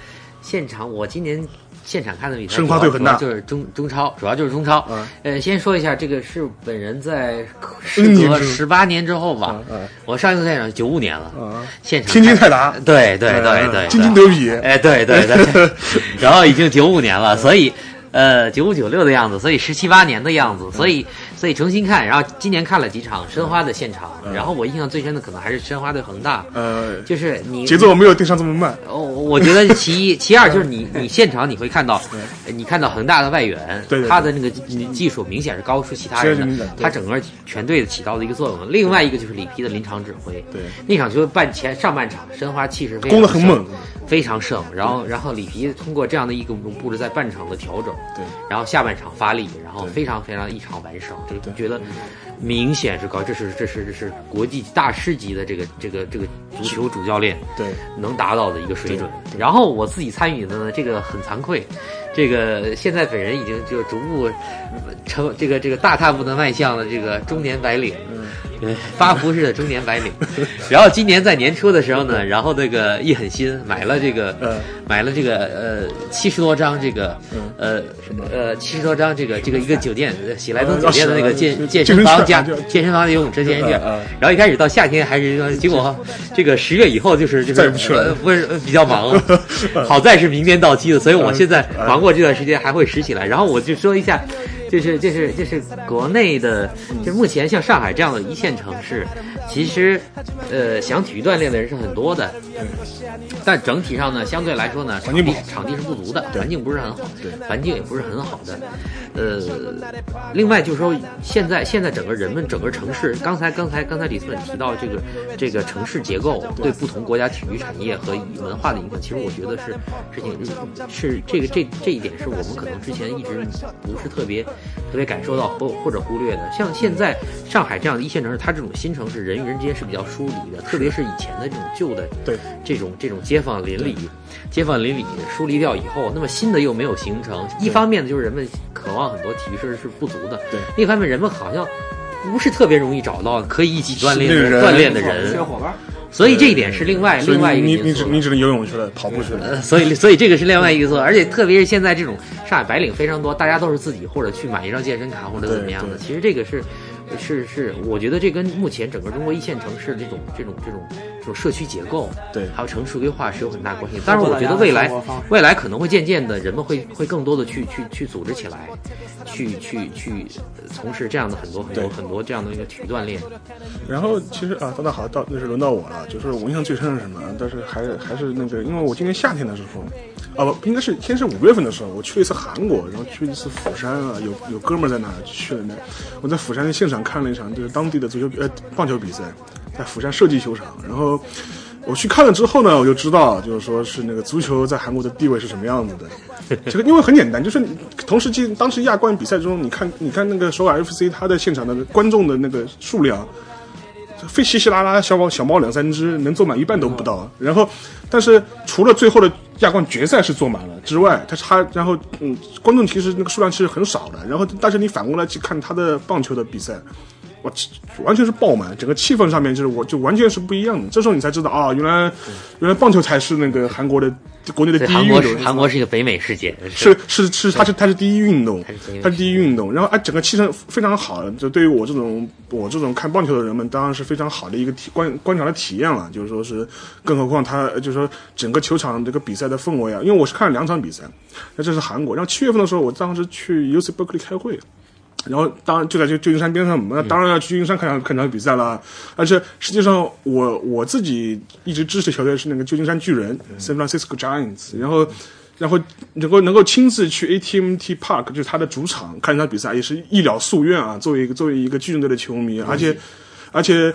[SPEAKER 4] 现场我今年现场看的比赛，
[SPEAKER 2] 申花队很大
[SPEAKER 4] 主要就是中中超，主要就是中超。
[SPEAKER 2] 嗯
[SPEAKER 4] 呃，先说一下，这个是本人在时
[SPEAKER 2] 嗯你
[SPEAKER 4] 隔
[SPEAKER 2] 是
[SPEAKER 4] 十八年之后吧，
[SPEAKER 2] 嗯嗯
[SPEAKER 4] 我上一次赛场九五年了，
[SPEAKER 2] 啊，
[SPEAKER 4] 现场
[SPEAKER 2] 天津泰
[SPEAKER 4] 看
[SPEAKER 2] 达，
[SPEAKER 4] 对对
[SPEAKER 2] 嗯
[SPEAKER 4] 对对，
[SPEAKER 2] 京津
[SPEAKER 4] 对
[SPEAKER 2] 德比，嗯
[SPEAKER 4] 哎，对
[SPEAKER 2] (laughs)
[SPEAKER 4] 对对，然后已经九五年了，所以呃九五九六的样子，所以十七八年的样
[SPEAKER 2] 嗯
[SPEAKER 4] 子，所以所以重新看，然后今年看了几场申花的现场，
[SPEAKER 2] 嗯
[SPEAKER 4] 然后我印象最深的可能还是申花对恒大，
[SPEAKER 2] 呃，
[SPEAKER 4] 就是你
[SPEAKER 2] 节奏没有电商这么慢，
[SPEAKER 4] 哦，我觉得其一，其二就是你你现场你会看到，呃你看到恒大的外援，
[SPEAKER 2] 对对对
[SPEAKER 4] 他的那个技技术明显是高出其他人
[SPEAKER 2] 是明
[SPEAKER 4] 的
[SPEAKER 2] 显，对
[SPEAKER 4] 他整个全队起到的一个作用。另外一个就是里皮的临场指挥，
[SPEAKER 2] 对
[SPEAKER 4] 那场球半前上半场申花气势非常
[SPEAKER 2] 攻得很
[SPEAKER 4] 盛
[SPEAKER 2] 猛，
[SPEAKER 4] 非常盛，然后然后里皮通过这样的一个布置在半场的调整，
[SPEAKER 2] 对，
[SPEAKER 4] 然后下半场发力，然后
[SPEAKER 2] 对
[SPEAKER 4] 非常非常一场完胜，这
[SPEAKER 2] 对
[SPEAKER 4] 个觉得明显是高，这是这是这是国际大师级的这个这个这个足球主教练。
[SPEAKER 2] 对，
[SPEAKER 4] 能达到的一个水准。然后我自己参与的呢，这个很惭愧，这个现在本人已经就逐步呃成这个这个大踏步的迈向了这个中年白领，嗯，发福式的中年白
[SPEAKER 2] (laughs)
[SPEAKER 4] 领。然后今年在年初的时候呢，然后这个一狠心买了这个，
[SPEAKER 2] 嗯
[SPEAKER 4] 买了这个呃七十多张这个，呃呃七十多张这个这个一个酒店呃喜来登酒店的那个健
[SPEAKER 2] 嗯
[SPEAKER 4] 健
[SPEAKER 2] 健
[SPEAKER 4] 身
[SPEAKER 2] 身
[SPEAKER 4] 房
[SPEAKER 2] 房
[SPEAKER 4] 加
[SPEAKER 2] 就
[SPEAKER 4] 健身房的游泳池健身券
[SPEAKER 2] 嗯嗯，
[SPEAKER 4] 然后一开始到夏天还是，结果这个十月以后就是就是
[SPEAKER 2] 再也不去了
[SPEAKER 4] 呃不是呃比较忙，
[SPEAKER 2] (laughs)
[SPEAKER 4] 好在是明年到期的，所以我现在
[SPEAKER 2] 哎
[SPEAKER 4] 忙过这段时间还会拾起来。然后我就说一下，就是就是就是国内的，就目前像上海这样的一线城市，其实呃想体育锻炼的人是很多的，但整体上呢，相对来说呢，场
[SPEAKER 2] 境不
[SPEAKER 4] 地
[SPEAKER 2] 好
[SPEAKER 4] 场地是不足的，
[SPEAKER 2] 对
[SPEAKER 4] 环境不是很好，环境也不是很好的。呃，另外就是说，现在现在整个人们整个城市，刚才刚才刚才李思本提到这个这个城市结构对不同国家体育产业和文化的影响，其实我觉得是是挺是这个这这一点是我们可能之前一直不是特别特别感受到或或者忽略的。像现在上海这样的一线城市，它这种新城市人与人之间是比较疏离的，特别是以前的这种旧的
[SPEAKER 2] 对
[SPEAKER 4] 这种这种街坊邻里、街坊邻里疏离掉以后，那么新的又没有形成。一方面呢，就是人们渴望很多体育设施是不足的；
[SPEAKER 2] 对
[SPEAKER 4] 另一方面，人们好像不是特别容易找到可以一起锻炼
[SPEAKER 2] 是那个人
[SPEAKER 4] 锻炼的
[SPEAKER 3] 缺
[SPEAKER 4] 人，
[SPEAKER 3] 伙伴儿，
[SPEAKER 4] 所以这一点是另外
[SPEAKER 2] 所以
[SPEAKER 4] 哎另外一个
[SPEAKER 2] 你
[SPEAKER 4] 因素。
[SPEAKER 2] 你只你只能游泳去了，跑步去了，
[SPEAKER 4] 呃，所以所以这个是另外一个因素，而且特别是现在这种上海白领非常多，大家都是自己或者去买一张健身卡或者怎么样的，
[SPEAKER 2] 对对
[SPEAKER 4] 其实这个是。是是，我觉得这跟目前整个中国一线城市这种这种这种这种社区结构，
[SPEAKER 2] 对
[SPEAKER 4] 还有城市规划是有很大关系。但是我觉得未来未来可能会渐渐的，人们会会更多的去去去组织起来，去去去呃从事这样的很多很多
[SPEAKER 2] 对
[SPEAKER 4] 很多这样的一个体育锻炼。
[SPEAKER 2] 然后其实啊，到那好，到那是轮到我了。就是我印象最深是什么？但是还是还是那个，因为我今年夏天的时候，啊不，应该是先是五月份的时候，我去了一次韩国，然后去了一次釜山啊，有有哥们儿在那去了那，我在釜山现场看了一场就是当地的足球呃棒球比赛，在釜山射击球场，然后。我去看了之后呢，我就知道，就是说是那个足球在韩国的地位是什么样子的。这个因为很简单，就是你同时进当时亚冠比赛中，你看你看那个首尔 FC 它的现场的观众的那个数量，非稀稀拉拉小猫小猫两三只能坐满一半都不到。然后，但是除了最后的亚冠决赛是坐满了之外，它它然后嗯，观众其实那个数量其实很少的。然后，但是你反过来去看它的棒球的比赛，哇，完全是爆满，整个气氛上面就是我就完全是不一样的。这时候你才知道啊，原来原来棒球才是那个韩国的国内的
[SPEAKER 4] 对，
[SPEAKER 2] 第一
[SPEAKER 4] 韩
[SPEAKER 2] 运
[SPEAKER 4] 国是
[SPEAKER 2] 动。
[SPEAKER 4] 韩国是一个北美世界，
[SPEAKER 2] 是是是，它是它是第一运动
[SPEAKER 4] 它是第一运，动
[SPEAKER 2] 它是第一运动。然后哎，整个气氛非常好，这对于我这种我这种看棒球的人们，当然是非常好的一个体观观赏的体验了。就是说是，更何况它就是说整个球场这个比赛的氛围啊，因为我是看了两场比赛，那这是韩国。然后七月份的时候，我当时去 UC Berkeley 开会，然后当然就在这旧金山边上嘛，那当然要去旧金山看场看场比赛啦。而且实际上我我自己一直支持球队是那个旧金山巨人 （San Francisco Giants），然后。然后能够能够亲自去 ATMT Park，就是他的主场看一场比赛，也是一了夙愿啊。作为一个作为一个巨人队的球迷，而且而且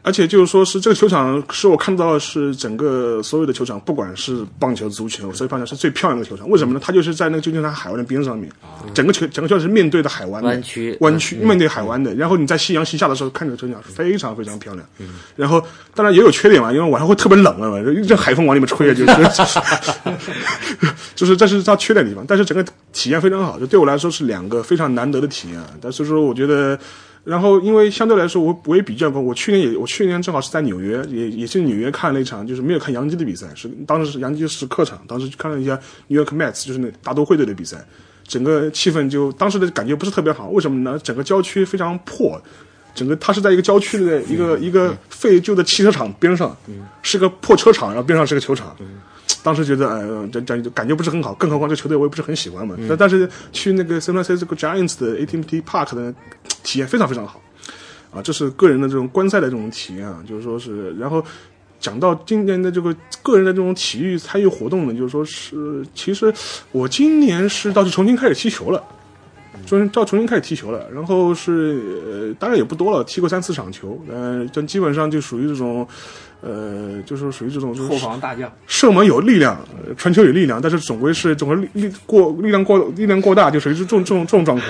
[SPEAKER 2] 而且就是说是这个球场是我看到的是整个所有的球场，不管是棒球、足球，所以棒球是最漂亮的球场。为什么呢？它就是在那个旧金山海湾的边上面，整个球整个球场是面对的海湾的
[SPEAKER 4] 啊湾区
[SPEAKER 2] 湾区面对海湾的。然后你在夕阳西下的时候看这个球场是非常非常漂亮。然后当然也有缺点嘛，因为晚上会特别冷嘛，这海风往里面吹啊，就是就是这是它缺点的地方，但是整个体验非常好，就对我来说是两个非常难得的体验啊。但是说我觉得，然后，因为相对来说，我我也比较过，我去年也我去年正好是在纽约，也也去纽约看了一场，就是没有看洋基的比赛，是当时是洋基是客场，当时去看了一下 New York Mets，就是那大都会队的比赛，整个气氛就当时的感觉不是特别好，为什么呢？整个郊区非常破，整个它是在一个郊区的一个、一个废旧的汽车厂边上，是个破车厂，然后边上是个球场。当时觉得，呃，这这感觉不是很好，更何况这球队我也不是很喜欢
[SPEAKER 3] 嗯
[SPEAKER 2] 嘛。但但是去那个 San Francisco Giants 的 AT&T Park 的体验非常非常好，啊，这是个人的这种观赛的这种体验啊，就是说是，然后讲到今年的这个个人的这种体育参与活动呢，就是说是，其实我今年是倒是重新开始踢球了。就是到重新开始踢球了，然后是呃，当然也不多了，踢过三四场球，呃，就基本上就属于这种，呃，就是属于这种就是
[SPEAKER 3] 后防大将，
[SPEAKER 2] 射门有力量，呃传球有力量，但是总归是总归力力过力量过力量过大，就属于这种这种这种状况。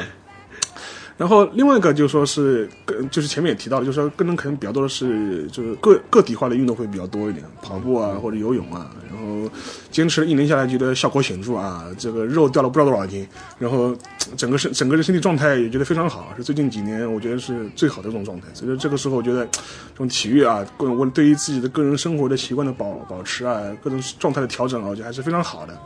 [SPEAKER 2] 然后另外一个就说是，跟就是前面也提到了，就是说个人可能比较多的是就是个个体化的运动会比较多一点，跑步啊或者游泳啊，然后坚持了一年下来，觉得效果显著啊，这个肉掉了不知道多少斤，然后整个身整个的身体状态也觉得非常好，是最近几年我觉得是最好的这种状态。所以说这个时候我觉得这种体育啊，个人我对于自己的个人生活的习惯的保保持啊，各种状态的调整啊，我觉得还是非常好的。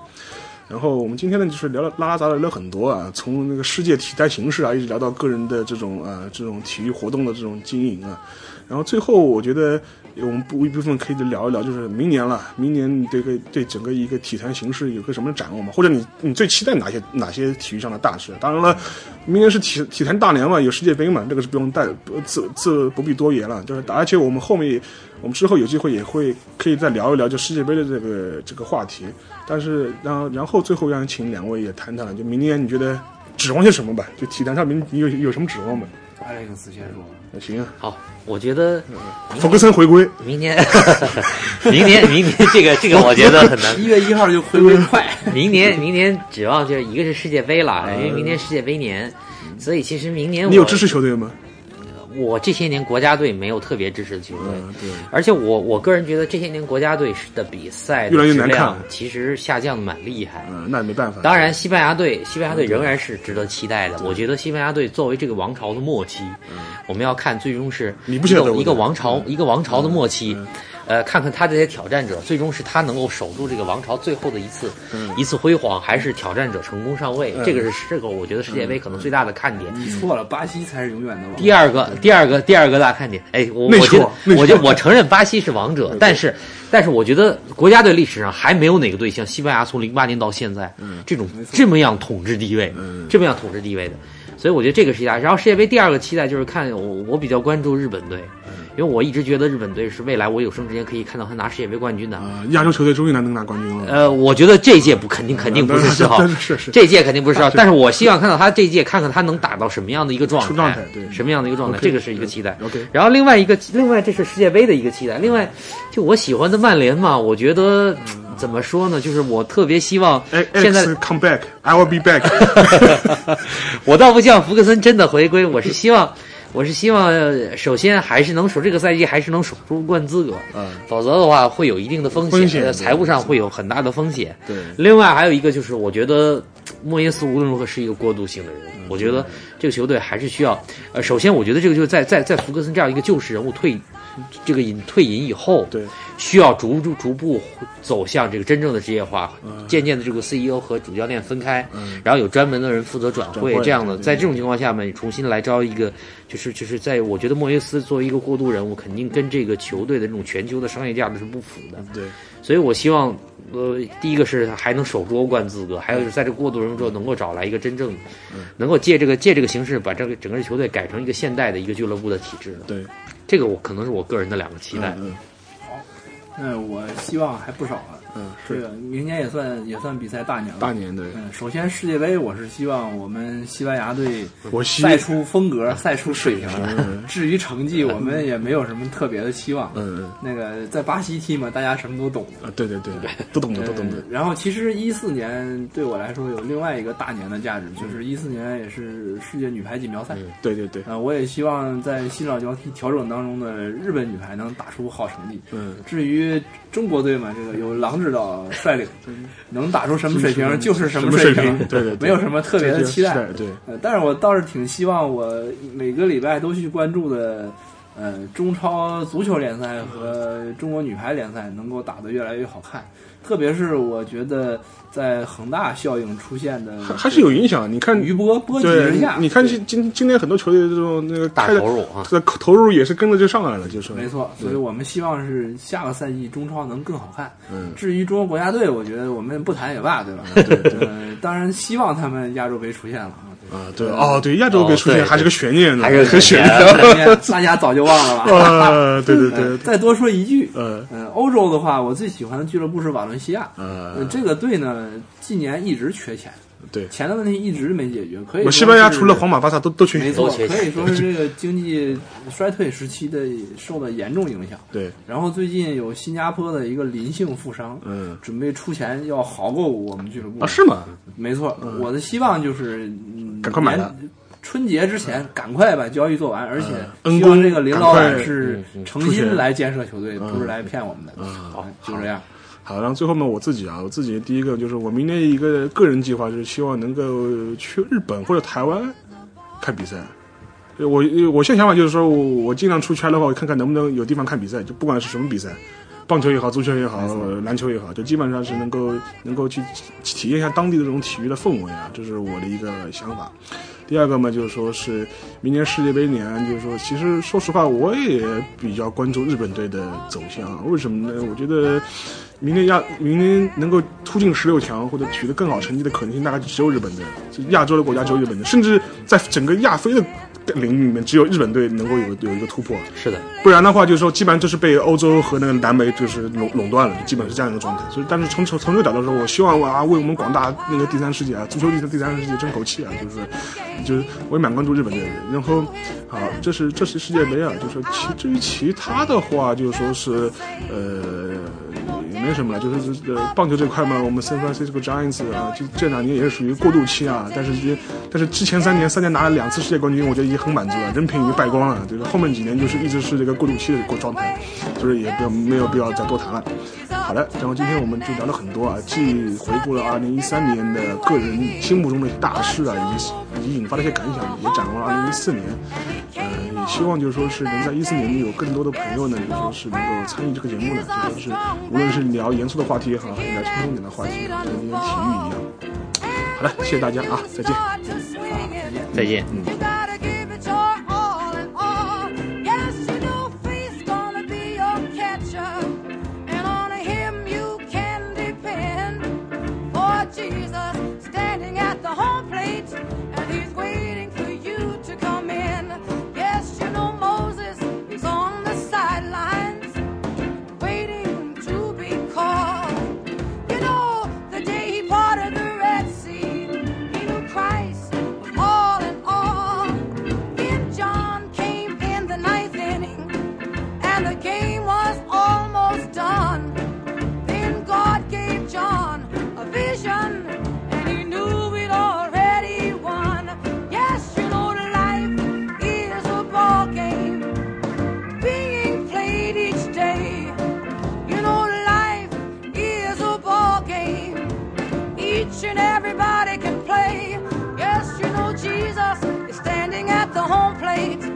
[SPEAKER 2] 然后我们今天呢，就是聊了拉拉杂杂聊很多啊，从那个世界体坛形势啊，一直聊到个人的这种啊这种体育活动的这种经营啊。然后最后我觉得我们不一部分可以聊一聊，就是明年了，明年你对个对整个一个体坛形势有个什么展望吗？或者你你最期待哪些哪些体育上的大事？当然了，明年是体体坛大年嘛，有世界杯嘛，这个是不用带不自自不必多言了。就是而且我们后面也我们之后有机会也会可以再聊一聊就世界杯的这个这个话题。但是然后然后最后让请两位也谈谈，就明年你觉得指望些什么吧？就体坛上面你有有什么指望吗？
[SPEAKER 3] Alex 先说，
[SPEAKER 2] 也行啊，
[SPEAKER 4] 好，我觉得
[SPEAKER 2] 弗格森回归。
[SPEAKER 4] 明年， (laughs) 明年，明年，这个这 (laughs) 个，我觉得很难
[SPEAKER 3] 一月一号就回归快，
[SPEAKER 4] 明年，明年指望就是一个是世界杯了，因为明年世界杯年，所以其实明年我
[SPEAKER 2] 你有支持球队吗？
[SPEAKER 4] 我这些年国家队没有特别支持的球队，
[SPEAKER 2] 嗯，对，
[SPEAKER 4] 而且我我个人觉得这些年国家队的比赛
[SPEAKER 2] 越来越难
[SPEAKER 4] 质量
[SPEAKER 2] 看了
[SPEAKER 4] 其实下降的蛮厉害。
[SPEAKER 2] 嗯，那也没办法。
[SPEAKER 4] 当然，西班牙队，西班牙队
[SPEAKER 2] 嗯
[SPEAKER 4] 仍然是值得期待的。我觉得西班牙队作为这个王朝的末期，我们要看最终是
[SPEAKER 2] 嗯你不觉得嗯
[SPEAKER 4] 一个
[SPEAKER 2] 我
[SPEAKER 4] 一个王朝一个王朝的末期，呃，看看他这些挑战者最终是他能够守住这个王朝最后的一次
[SPEAKER 2] 嗯
[SPEAKER 4] 一次辉煌，还是挑战者成功上位？这个是这个我觉得世
[SPEAKER 2] 嗯
[SPEAKER 4] 界杯可能最大的看点。
[SPEAKER 3] 你错了，巴西才是永远的王。
[SPEAKER 4] 第二个，第二个，第二个大看点，哎，我
[SPEAKER 2] 内
[SPEAKER 4] 我觉
[SPEAKER 2] 错
[SPEAKER 4] 得，
[SPEAKER 2] 内错
[SPEAKER 4] 我觉得我承认巴西是
[SPEAKER 2] (laughs)
[SPEAKER 4] 王者，但是，但是我觉得国家队历史上还没有哪个队像西班牙从零八年到现在，
[SPEAKER 2] 嗯
[SPEAKER 4] 这种这么样统治地位，这么样统治地位的，所以我觉得这个是一大。然后世界杯第二个期待就是看我，我比较关注日本队，
[SPEAKER 2] 嗯
[SPEAKER 4] 因为我一直觉得日本队是未来我有生之年可以看到他拿世界杯冠军的。
[SPEAKER 2] 啊，亚洲球队终于拿能拿冠军了。
[SPEAKER 4] 呃，我觉得这届不肯定
[SPEAKER 2] (laughs)
[SPEAKER 4] 肯定不是十号
[SPEAKER 2] 但，是是是
[SPEAKER 4] 这届肯定不是啊，但是我希望看到他这届，看看他能打到什么样的一个状态，
[SPEAKER 2] 出状态对
[SPEAKER 4] 什么样的一个状态
[SPEAKER 2] OK，
[SPEAKER 4] 这个是一个期待。
[SPEAKER 2] OK
[SPEAKER 4] 然后另外一个，另外这是世界杯的一个期待。另外，就我喜欢的曼联嘛，我觉得嗯怎么说呢，就是我特别希望
[SPEAKER 2] 哎
[SPEAKER 4] 现在，
[SPEAKER 2] Alex come back, I will be
[SPEAKER 4] (laughs)
[SPEAKER 2] back。
[SPEAKER 4] 我倒不希望福克森真的回归，我是希望。 (laughs) 我是希望，呃首先还是能守这个赛季，还是能守住冠资格，
[SPEAKER 2] 嗯
[SPEAKER 4] 否则的话会有一定的风
[SPEAKER 2] 风险对
[SPEAKER 4] 呃财务上会有很大的风险。
[SPEAKER 2] 对
[SPEAKER 4] 另外还有一个就是，我觉得莫耶斯无论如何是一个过渡性的人物，我觉得这个球队还是需要，呃，首先我觉得这个就是在在在福格森这样一个救世人物退这个引退隐以后，
[SPEAKER 2] 对，
[SPEAKER 4] 需要逐逐逐步走向这个真正的职业化，
[SPEAKER 2] 嗯
[SPEAKER 4] 渐渐的这个 CEO 和主教练分开，然后有专门的人负责转
[SPEAKER 2] 转会
[SPEAKER 4] 会这样的，
[SPEAKER 2] 对对
[SPEAKER 4] 在这种情况下面，你重新来招一个，就是就是在我觉得莫耶斯作为一个过渡人物，肯定跟这个球队的这种全球的商业价值是不符的，
[SPEAKER 2] 对，
[SPEAKER 4] 所以我希望，呃，第一个是还能守住欧冠资格，还有就是在这过渡中之后能够找来一个真正，能够借这个借这个形式把这个整个球队改成一个现代的一个俱乐部的体制的。
[SPEAKER 2] 对，
[SPEAKER 4] 这个我可能是我个人的两个期待。
[SPEAKER 2] 嗯，
[SPEAKER 3] 那我希望还不少啊，
[SPEAKER 2] 嗯，
[SPEAKER 3] 这
[SPEAKER 2] 是
[SPEAKER 3] 个明年也算也算比赛大年了。
[SPEAKER 2] 大年对，
[SPEAKER 3] 嗯，首先世界杯，我是希望我们西班牙队
[SPEAKER 2] 我希
[SPEAKER 3] 赛出风格，赛出水平。
[SPEAKER 2] 嗯
[SPEAKER 3] 至于成绩，我们也没有什么特别的期望。
[SPEAKER 2] 嗯嗯
[SPEAKER 3] 那个在巴西踢嘛，大家什么都懂。
[SPEAKER 2] 啊，对对对，都懂的都懂的
[SPEAKER 3] 嗯。然后其实一四年对我来说有另外一个大年的价值，
[SPEAKER 2] 嗯
[SPEAKER 3] 就是一四年也是世界女排锦标赛。
[SPEAKER 2] 对对对，
[SPEAKER 3] 呃，我也希望在新老交替调整当中的日本女排能打出好成绩。
[SPEAKER 2] 嗯
[SPEAKER 3] 至于中国队嘛，这个有郎知道
[SPEAKER 2] (laughs)
[SPEAKER 3] 率领能打出什么水平
[SPEAKER 2] 就
[SPEAKER 3] 就是
[SPEAKER 2] 什
[SPEAKER 3] 么
[SPEAKER 2] 么水
[SPEAKER 3] 平，
[SPEAKER 2] 平对
[SPEAKER 3] (laughs)
[SPEAKER 2] 对对
[SPEAKER 3] 没有什么特别的期待。
[SPEAKER 2] 对，
[SPEAKER 3] 呃，但是我倒是挺希望我每个礼拜都去关注的，呃，中超足球联赛和中国女排联赛能够打得越来越好看，特别是我觉得在恒大效应出现的
[SPEAKER 2] 还还是有影响。你看，
[SPEAKER 3] 余波波及
[SPEAKER 2] 对
[SPEAKER 3] 之下，，
[SPEAKER 2] 你看今今今天很多球队这种那个
[SPEAKER 4] 大
[SPEAKER 2] 开的
[SPEAKER 4] 投入啊，
[SPEAKER 2] 这投入也是跟着就上来了，就是
[SPEAKER 3] 没错，所以我们希望是下个赛季中超能更好看。
[SPEAKER 2] 嗯
[SPEAKER 3] 至于中国国家队，我觉得我们不谈也罢，对吧？呃，当然希望他们亚洲杯出现了
[SPEAKER 2] (laughs)
[SPEAKER 3] 啊。
[SPEAKER 2] 啊，
[SPEAKER 3] 对
[SPEAKER 2] 对哦，对亚洲杯出
[SPEAKER 4] 哦
[SPEAKER 2] 现
[SPEAKER 4] 对
[SPEAKER 2] 还是个悬念呢，
[SPEAKER 4] 还是个
[SPEAKER 2] 很
[SPEAKER 4] 悬
[SPEAKER 2] 悬
[SPEAKER 4] 念
[SPEAKER 2] 念。
[SPEAKER 3] 大家早就忘了
[SPEAKER 4] (laughs)
[SPEAKER 3] 吧？
[SPEAKER 2] 呃， (laughs) 对对对
[SPEAKER 3] 呃，再多说一句，
[SPEAKER 2] 呃
[SPEAKER 3] 嗯，欧洲的话，我最喜欢的俱乐部是瓦伦西亚。呃
[SPEAKER 2] 呃，
[SPEAKER 3] 这个队呢，近年一直缺钱，
[SPEAKER 2] 对，
[SPEAKER 3] 钱的问题一直没解决。可以
[SPEAKER 2] 我
[SPEAKER 3] 说
[SPEAKER 2] 西班牙
[SPEAKER 3] 是
[SPEAKER 2] 除了皇马、巴萨都都缺
[SPEAKER 3] 没
[SPEAKER 2] 钱，
[SPEAKER 3] 错，
[SPEAKER 4] 都缺钱
[SPEAKER 3] 可以说是这个经济衰退时期的受了严重影响。
[SPEAKER 2] 对，
[SPEAKER 3] 然后最近有新加坡的一个林姓富商，
[SPEAKER 2] 嗯
[SPEAKER 3] 准备出钱要豪购我们俱乐部
[SPEAKER 2] 啊，是吗？
[SPEAKER 3] 没错，我的希望就是嗯
[SPEAKER 2] 赶快买了
[SPEAKER 3] 年春节之前赶快把交易做完，而且
[SPEAKER 2] 恩
[SPEAKER 3] 希望
[SPEAKER 2] 公
[SPEAKER 3] 这个林
[SPEAKER 2] 嗯
[SPEAKER 3] 老
[SPEAKER 2] 赶
[SPEAKER 3] 板
[SPEAKER 2] 快
[SPEAKER 3] 是
[SPEAKER 4] 嗯嗯
[SPEAKER 3] 诚
[SPEAKER 2] 出
[SPEAKER 3] 心
[SPEAKER 2] 钱嗯
[SPEAKER 3] 来建设球队，不是来骗我们的。嗯
[SPEAKER 2] 好，
[SPEAKER 3] 就这样。
[SPEAKER 2] 好，然后最后呢，我自己啊，我自己第一个就是我明年一个个人计划，就是希望能够去日本或者台湾看比赛。呃我我现在想法就是说，我我尽量出圈的话，我看看能不能有地方看比赛，就不管是什么比赛，棒球也好，足球也好，呃篮球也好，就基本上是能够能够去体体验一下当地的这种体育的氛围啊，这是我的一个想法。第二个嘛，就是说是明年世界杯年，就是说，其实说实话，我也比较关注日本队的走向。啊为什么呢？我觉得明年亚明年能够突进十六强或者取得更好成绩的可能性，大概只有日本队了。就亚洲的国家只有日本队，甚至在整个亚非的领域里面，只有日本队能够有有一个突破。
[SPEAKER 4] 是的，
[SPEAKER 2] 不然的话，就是说基本上就是被欧洲和那个南美就是垄垄断了，基本是这样一个状态。所以，但是从从从这个角度来说，我希望啊，为我们广大那个第三世界啊，足球第三第三世界争口气啊，就是就是我也蛮关注日本队的。然后，好，这是这是世界杯啊，就是其至于其他的话，就是说是呃。也没什么了，就是呃，棒球这块嘛，我们 San Francisco Giants 啊，就这两年也是属于过渡期啊，但是这但是之前三年三年拿了两次世界冠军，我觉得已经很满足了，人品已经败光了，就是后面几年就是一直是这个过渡期的过状态，就是也不要没有必要再多谈了。好了，然后今天我们就聊了很多啊，既回顾了二零一三年的个人心目中的大事啊，以及以及引发的一些感想，也展望了二零一四年。呃，也希望就是说是能在一四年里有更多的朋友呢，就说是能够呃参与这个节目呢，就说是无论是聊严肃的话题也好，还是聊轻松一点的话题，就跟今天体育一样。好了，谢谢大家啊，再见。
[SPEAKER 4] 再见。
[SPEAKER 5] You gotta give it your all and all. Yes, you know Faith's gonna be your catcher, and on him you can depend. For Jesus standing at the home plate, and he's waiting for you to come in. Yes, you know Moses is on the sidelines, waiting to be called. You know, the day he parted the Red Sea, he knew Christ was all in all. Then John came in the ninth inning, and the game was almost done. Then God gave John a vision, and he knew we'd already won. Yes, you know, life is a ball game being played each day. You know, life is a ball game. Each and everybody can play. Yes, you know, Jesus is standing at the home plate.